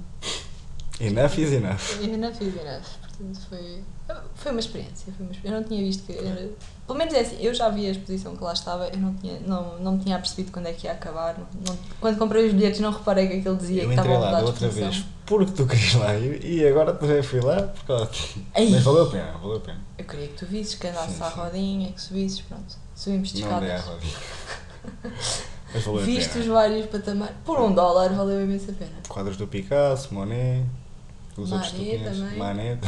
Enough is enough.
Eu não fiz enough, portanto foi, foi uma experiência, foi uma experiência. Eu não tinha visto que era- Pelo menos é assim, eu já vi a exposição que lá estava, eu não, tinha, não, não me tinha percebido quando é que ia acabar. não- não- quando comprei os bilhetes não reparei que aquilo dizia
Eu
que estava
entrei
a
lá
mudar
da
de
outra
exposição.
vez porque tu querias lá ir e agora também fui lá por causa de...
Ai.
Mas valeu a pena, valeu a pena.
Eu queria que tu visses, que andasses
Sim,
à
sim.
rodinha, que subisses, pronto. Subimos de
Não dei à
escadas.
rodinha. Mas valeu a
Viste os
pena.
vários patamares. Por um dólar valeu imenso a pena.
Quadros do Picasso, Monet, os outros que tu
Manet
conheces.
também.
Manet,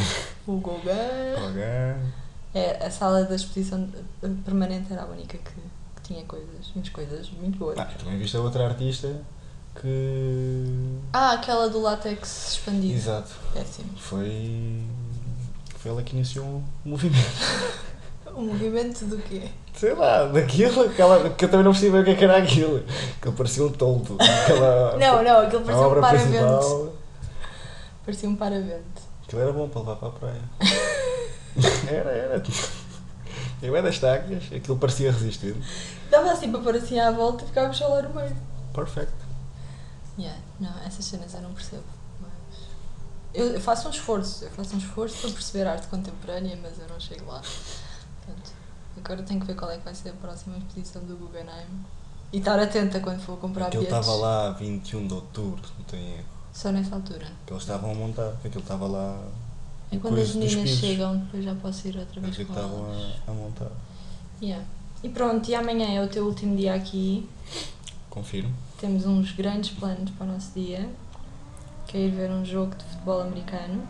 O Gauguin.
Gauguin.
É, a sala da exposição eh, permanente era a única que, que tinha coisas, umas coisas muito boas.
Ah, também viste a outra artista que.
Ah, aquela do látex expandido.
Exato.
Péssimo.
Foi. Foi ela que iniciou o movimento.
O Um movimento do quê?
Sei lá, daquilo, aquela, que eu também não percebi o que é que era aquilo. Que ele parecia um toldo. Aquela,
Não, não, aquilo
Ah, a
parecia um
obra
paravento.
principal.
Parecia um paravento.
Aquilo era bom para levar para a praia. era, era. tipo- Eu era das tacas, aquilo parecia resistente.
Dava assim para pôr assim à volta e ficávamos só lá no meio.
Perfect.
Yeah, não, essas cenas eu não percebo. Mas. Eu, eu faço um esforço, eu faço um esforço para perceber arte contemporânea, mas eu não chego lá. Portanto, agora tenho que ver qual é que vai ser a próxima exposição do Guggenheim. E estar atenta quando for comprar
Aquilo
bilhetes.
estava lá a 21 de outubro, não tem erro.
Só nessa altura.
Que eles estavam a montar, que aquilo estava lá.
E quando
Coisa
as
dos
meninas
pisos.
chegam, depois já posso ir outra vez
Aquilo
com
estavam
elas.
a, a montar.
Yeah. E pronto, e amanhã é o teu último dia aqui.
Confirmo.
Temos uns grandes planos para o nosso dia. Quer ir ver um jogo de futebol americano.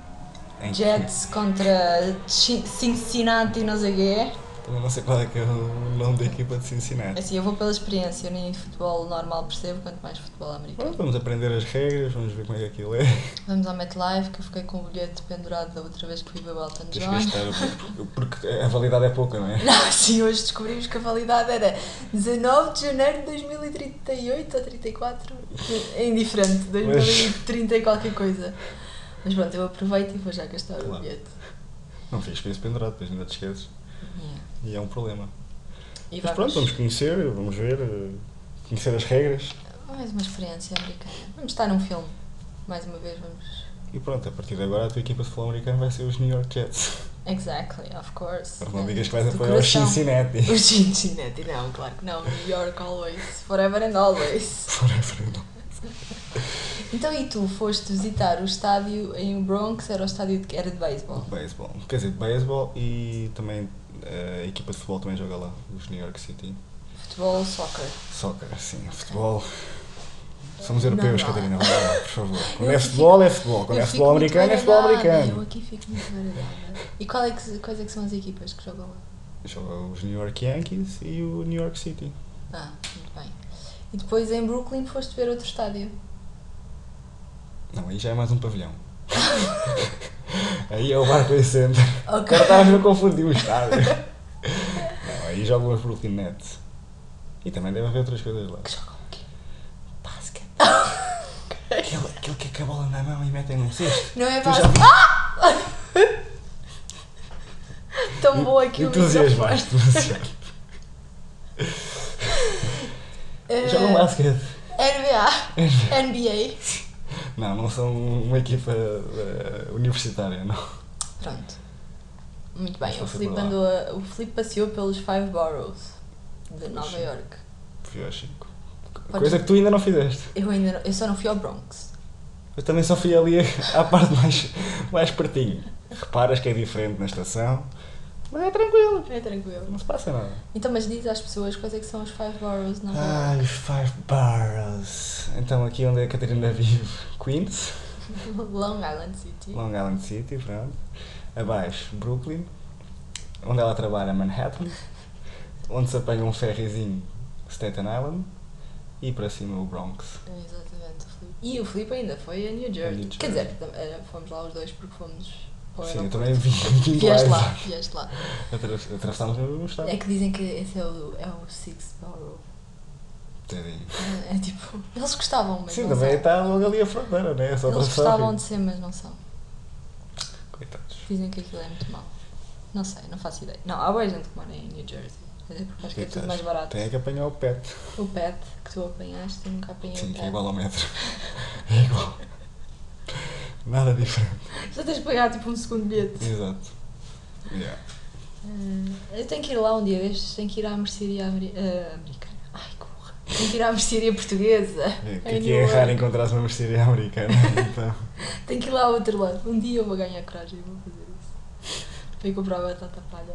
Em que-
Jets contra Chi- Cincinnati, não sei quê.
Também não sei qual é que é o nome da equipa de Cincinnati.
Assim, eu vou pela experiência, eu nem futebol normal percebo, quanto mais futebol americano.
Pronto, vamos aprender as regras, vamos ver como é que aquilo é.
Vamos ao MetLife, que eu fiquei com o bilhete pendurado da outra vez que fui ver o Elton
Tens que
John.
gastar, porque a validade é pouca, não é?
Não, sim, hoje descobrimos que a validade era 19 de janeiro de 2038 ou 34. É indiferente, 2030 e qualquer coisa. Mas pronto, eu aproveito e vou já gastar o
Claro.
bilhete.
Não fiz para isso pendurado, depois ainda te esqueces.
Yeah.
E é um problema.
E
Mas pronto, vamos conhecer, vamos ver, eh, conhecer as regras.
Mais uma experiência americana. Vamos estar num filme. Mais uma vez, vamos.
E pronto, a partir de agora a tua equipa de futebol americano vai ser os New York Jets.
Exactly, of course.
Agora não
É,
digas que vais
do
apoiar os
coração.
Cincinnati.
Os Cincinnati, não, claro que não. New York always. Forever and always.
Forever, não.
Então e tu foste visitar o estádio em Bronx, era o estádio de, era de beisebol.
De Beisebol. Quer dizer, de beisebol e também eh, a equipa de futebol também joga lá, os New York City.
Futebol, soccer.
Soccer, sim, é futebol. Somos europeus,
Não, não.
Catarina, vai lá, por favor. Quando
Eu
é
fico-
futebol, é futebol. Quando
Eu
é
fico
futebol
muito
americano, é futebol
baralhada, Eu
americano.
aqui fico muito baralhada. E qual é que, quais é que são as equipas que jogam lá?
Joga os New York Yankees e o New York City.
Ah, muito bem. E depois em Brooklyn foste ver outro estádio.
Não, aí já é mais um pavilhão. aí é o Barclays Center. O
Ok.
cara estava a me confundir o estádio. Não, aí jogam os Brooklyn Nets. E também deve haver outras coisas lá.
Que jogam o quê?
Basket. aquele, aquele que é com a bola na mão e metem num cesto.
Não é
Tu já-
básico. Ah! Tão bom aqui o
Entusiasmaste demasiado. Jogam
microfone.
basquete.
Eh, NBA. NBA.
Não, não são uma equipa eh, universitária, não.
Pronto. Muito bem,
Mas
o
foi
Filipe,
para lá.
andou a- o Filipe passeou pelos Five Boroughs de Nova
Sim.
York.
Fui ao Chico.
Podes-
Coisa que tu ainda não fizeste.
Eu ainda não- eu só não fui ao Bronx.
Eu também só fui ali à parte mais, mais pertinho. Reparas que é diferente na estação, mas é tranquilo.
É tranquilo.
Não se passa nada.
Então, mas diz às pessoas quais é que são os Five Boroughs de Nova York.
Ai, os Five Boroughs. Então aqui onde a Catarina vive, Queens,
Long Island City.
Long Island City, pronto. Abaixo, Brooklyn. Onde ela trabalha, Manhattan. Onde se apanha um ferryzinho, Staten Island. E para cima, o Bronx.
É, Exatamente, o Filipe. E o Filipe ainda foi a New
A
Jersey.
New
Quer
Jersey.
dizer, tam- era- fomos lá os dois porque fomos para o
Sim, eu
aeroporto.
também vim, vim de
Vieste lá,
lá.
vieste lá.
Atravess- Atravessámos o estado.
É que dizem que esse é o, é o Sixth Borough.
Tadinho.
É, é tipo, eles gostavam, mas
Sim,
não
também
são.
está logo ali a fronteira, né? É só
Eles
atravessar.
gostavam de ser, mas não são.
Coitados.
Dizem que aquilo é muito mau. Não sei, não faço ideia. Não, há boa gente que mora em New Jersey. Até porque acho que é tudo mais barato.
Tem é que apanhar o pet.
O pet que tu apanhaste, eu nunca apanhei
Sim,
o
que
pet.
é igual ao metro. É igual. Nada diferente.
Só tens de pagar tipo um segundo bilhete.
Exato. Yeah.
Ah, eu tenho que ir lá um dia destes, tenho que ir à mercearia ameri- ah, americana. Ai, que burra. Tenho que ir à mercearia portuguesa.
É, que
Em
aqui
New
é raro
York.
encontrar uma mercearia americana. Então,
Tenho que ir lá ao outro lado. Um dia eu vou ganhar coragem e vou fazer isso. Para ir comprar batata palha.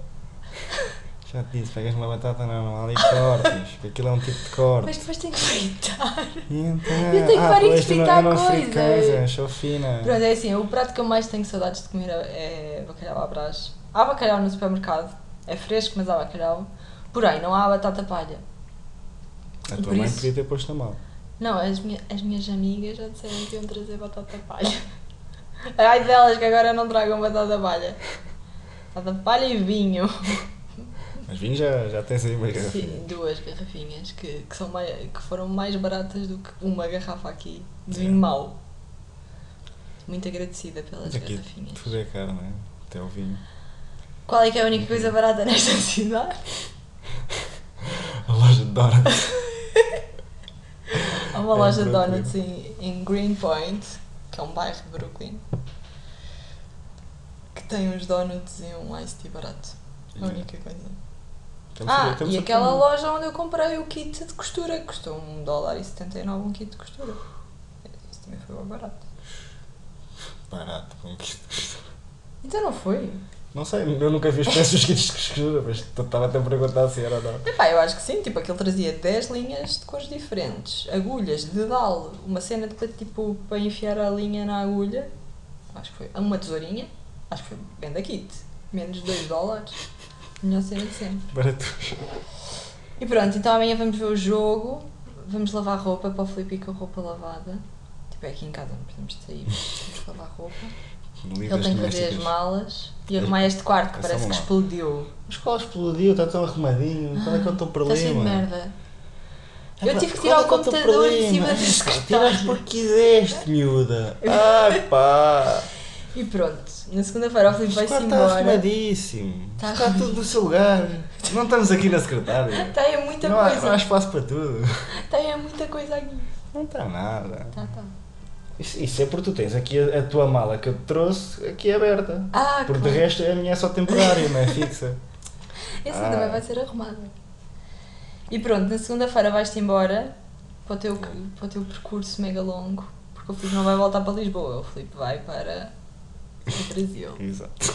já te disse, pegas uma batata na mão ali e cortes. que Aquilo é um tipo de corte.
Mas depois tenho que fritar.
E então,
eu tenho
ah,
para
pois, tu não-
fritar
eu não frito
coisas.
coisas, sou fina.
Pronto, é assim, o prato que eu mais tenho saudades de comer é bacalhau à brás. Há bacalhau no supermercado, é fresco, mas há bacalhau. Porém, não há batata palha.
A
E
tua
é por
mãe
isso-
podia ter posto a mão.
Não, as, minha- as minhas amigas já disseram que iam trazer batata palha. Ai delas que agora não tragam batata palha. Batata palha e vinho.
Mas vim já, já tens aí uma
Sim,
garrafinha.
duas garrafinhas que, que, são mai- que foram mais baratas do que uma garrafa aqui de
É.
vinho mau. Muito agradecida pelas
Mas aqui
garrafinhas.
tudo é caro, não é? Até o vinho.
Qual é que é a
Uhum.
única coisa barata nesta cidade?
A loja de Donuts.
Há É uma
Em
loja de
É, Brooklyn.
donuts em, em Greenpoint, que é um bairro de Brooklyn, que tem uns donuts e um iced tea barato. A única coisa.
Estamos a-
Ah,
estamos
e
a-
aquela loja onde eu comprei o kit de costura, que custou 1 dólar e 79 um kit de costura. Isso também foi bem barato.
Barato, com que-
Então não foi?
Não sei, eu nunca vi os preços dos kits de costura, mas estava até a perguntar se era ou não.
Epá, eu acho que sim, tipo, aquilo trazia 10 linhas de cores diferentes, agulhas, dedal, uma cena de tipo para enfiar a linha na agulha, acho que foi uma tesourinha, acho que foi venda kit, menos 2 dólares. Melhor cena de sempre.
Baratos.
E pronto, então amanhã vamos ver o jogo, vamos lavar roupa para o Felipe ir com a roupa lavada. Tipo, é aqui em casa, não precisamos de sair, temos que lavar roupa. Ele tem que fazer as malas e arrumar este quarto que
É só
parece
uma
que
mala.
explodiu.
Mas qual explodiu? Está tão arrumadinho. Qual é que é o teu
Está Ah, tá cheio Tá de
problema?
merda. Eu
Epá,
tive que
qual
tirar o
é que é teu
computador de
problema?
cima do
Tiraste
escritório.
porque quiseste, miúda. Ai pá.
E pronto, na segunda-feira o Filipe
Isto
vai-se
está
embora.
arrumadíssimo.
Tá
Está tudo no seu lugar. Não estamos aqui na secretária.
Está aí muita
Não há, não há
coisa.
espaço para tudo.
Está aí muita coisa aqui.
Não está nada.
Tá, tá.
Isso, isso é porque tu tens aqui a, a tua mala que eu te trouxe aqui aberta.
Ah,
Porque de
claro.
resto a minha é só temporária, não é fixa.
Essa
Ah.
também vai ser arrumada. E pronto, na segunda-feira vais-te embora para o, teu, para o teu percurso mega longo. Porque o Filipe não vai voltar para Lisboa, o Filipe vai para o Brasil.
Exato.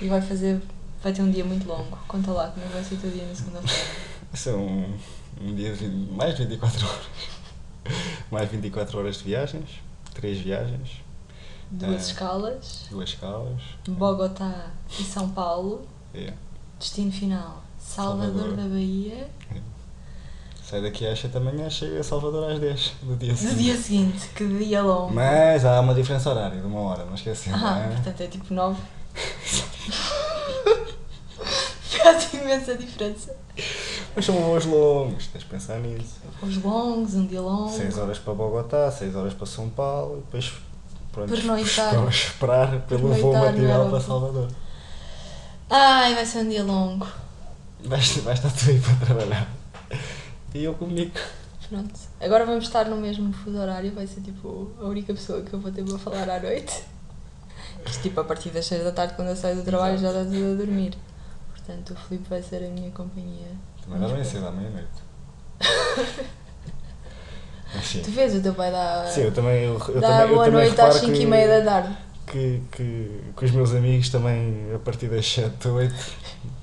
E vai fazer. Vai ter um dia muito longo. Conta lá como é que vai ser o teu dia na segunda-feira.
Isso é um, um dia de vinte- mais 24 horas. Mais 24 horas de viagens. Três viagens.
Duas
Ah.
escalas,
Duas escalas.
Bogotá e São Paulo.
É.
Destino final, Salvador
Salvador.
da Bahia.
Sai daqui às 7 da manhã, chega a Salvador às 10 do dia
No
seguinte.
dia seguinte, que dia longo.
Mas há uma diferença horária de uma hora, não esquecendo,
Ah,
não é?
portanto é tipo 9. Faz imensa diferença.
Mas são voos longos, tens de pensar nisso.
Os longos, um dia longo.
6 horas para Bogotá, 6 horas para São Paulo e depois pronto,
Pernoitar.
vamos esperar pelo voo
Pernoitar no
matinal para
aeroporto.
Salvador.
Ai, vai ser um dia longo.
Vais, vais estar tu aí para trabalhar. E eu comigo.
Pronto. Agora vamos estar no mesmo fuso horário, vai ser tipo a única pessoa que eu vou ter para falar à noite. Isto tipo a partir das 6 da tarde, quando eu saio do trabalho, já está tudo a dormir. Portanto, o Filipe vai ser a minha companhia.
Também assim, dormem cedo à meia-noite. Mas sim.
Tu vês o teu pai dar,
é? Sim, eu também. Eu, eu
dar
também, eu
boa
também
noite às
reparo
5
que-
e meia da tarde.
que, que, que os meus amigos também, a partir das 7, 8,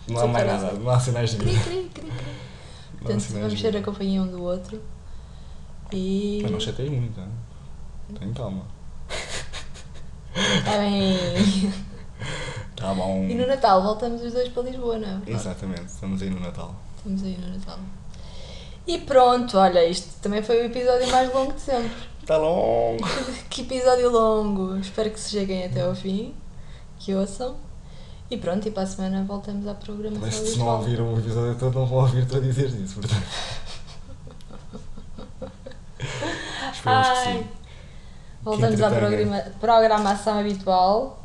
não há mais nada, não há sinais de
Cri,
vida.
cri, cri, cri.
Não há
Portanto,
sinais
vamos
de
ser a
vida.
companhia um do outro. E.
Mas não chateias muito, não é? Tem calma.
Tá bem.
Tá bom.
E no Natal voltamos os dois para Lisboa, não é?
Exatamente, estamos aí no Natal.
Estamos aí no Natal. E pronto, olha, isto também foi o episódio mais longo de sempre.
Está longo!
Que episódio longo! Espero que se cheguem até ao fim, que ouçam. E pronto, e para a semana voltamos à programação
Mas se não
habitual.
ouviram o episódio todo, não vão ouvir-te a dizer isso, portanto. Esperemos que
Ai.
sim.
Voltamos à
entretenha.
programa- programação habitual.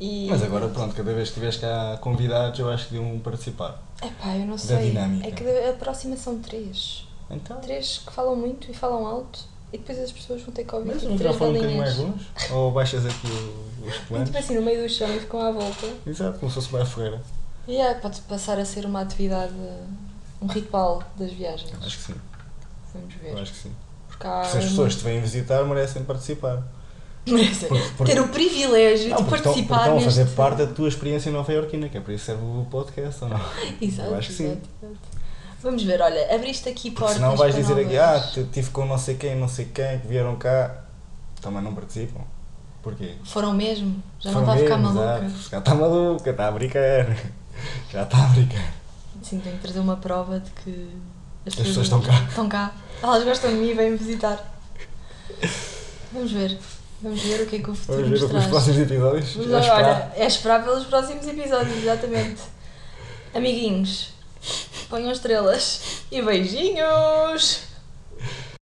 E...
Mas agora pronto, cada vez que tiveres cá convidados, eu acho que deviam participar.
Epá, eu não sei.
dinâmica.
É que a próxima são três.
Então.
Três que falam muito e falam alto. E depois as pessoas vão ter que ouvir
Mas
tipo,
o
três
microfone um bocadinho mais
galinhas.
longe? Ou baixas aqui o- os
E tipo
comandos?
assim, no meio do chão e ficam à volta.
Exato, como se fosse uma fogueira.
E é, pode passar a ser uma atividade, um ritual das viagens.
Eu acho que sim,
Vamos
eu
ver.
acho que sim.
Porque há
Porque se as
um-
pessoas te vêm visitar, merecem participar.
merecem
Porque- porque-
é, ter o privilégio de
porque estão, porque
participar
estão a fazer
neste-
parte da tua experiência nova-iorquina, que é para isso serve o podcast, ou não?
Exato,
eu acho que sim.
exato, exato. Vamos ver, olha, abriste aqui
Porque
portas
senão vais
para
dizer aqui, ah,
novas-
t- tive com não sei quem, não sei quem, que vieram cá. Também não participam. Porquê?
Foram mesmo? Já não está
Foram
a ficar
mesmo,
maluca?
exato. Já está maluca, está a brincar. Já está a brincar.
Sim, tenho que trazer uma prova de que as,
pessoas estão cá.
Estão cá. Elas gostam de mim e vêm-me visitar. Vamos ver. Vamos ver o que é que o futuro
Vamos ver
nos
o que
traz.
os próximos episódios.
Mas
Já
agora,
esperar.
é esperar pelos próximos episódios, exatamente. Amiguinhos, ponham estrelas e beijinhos!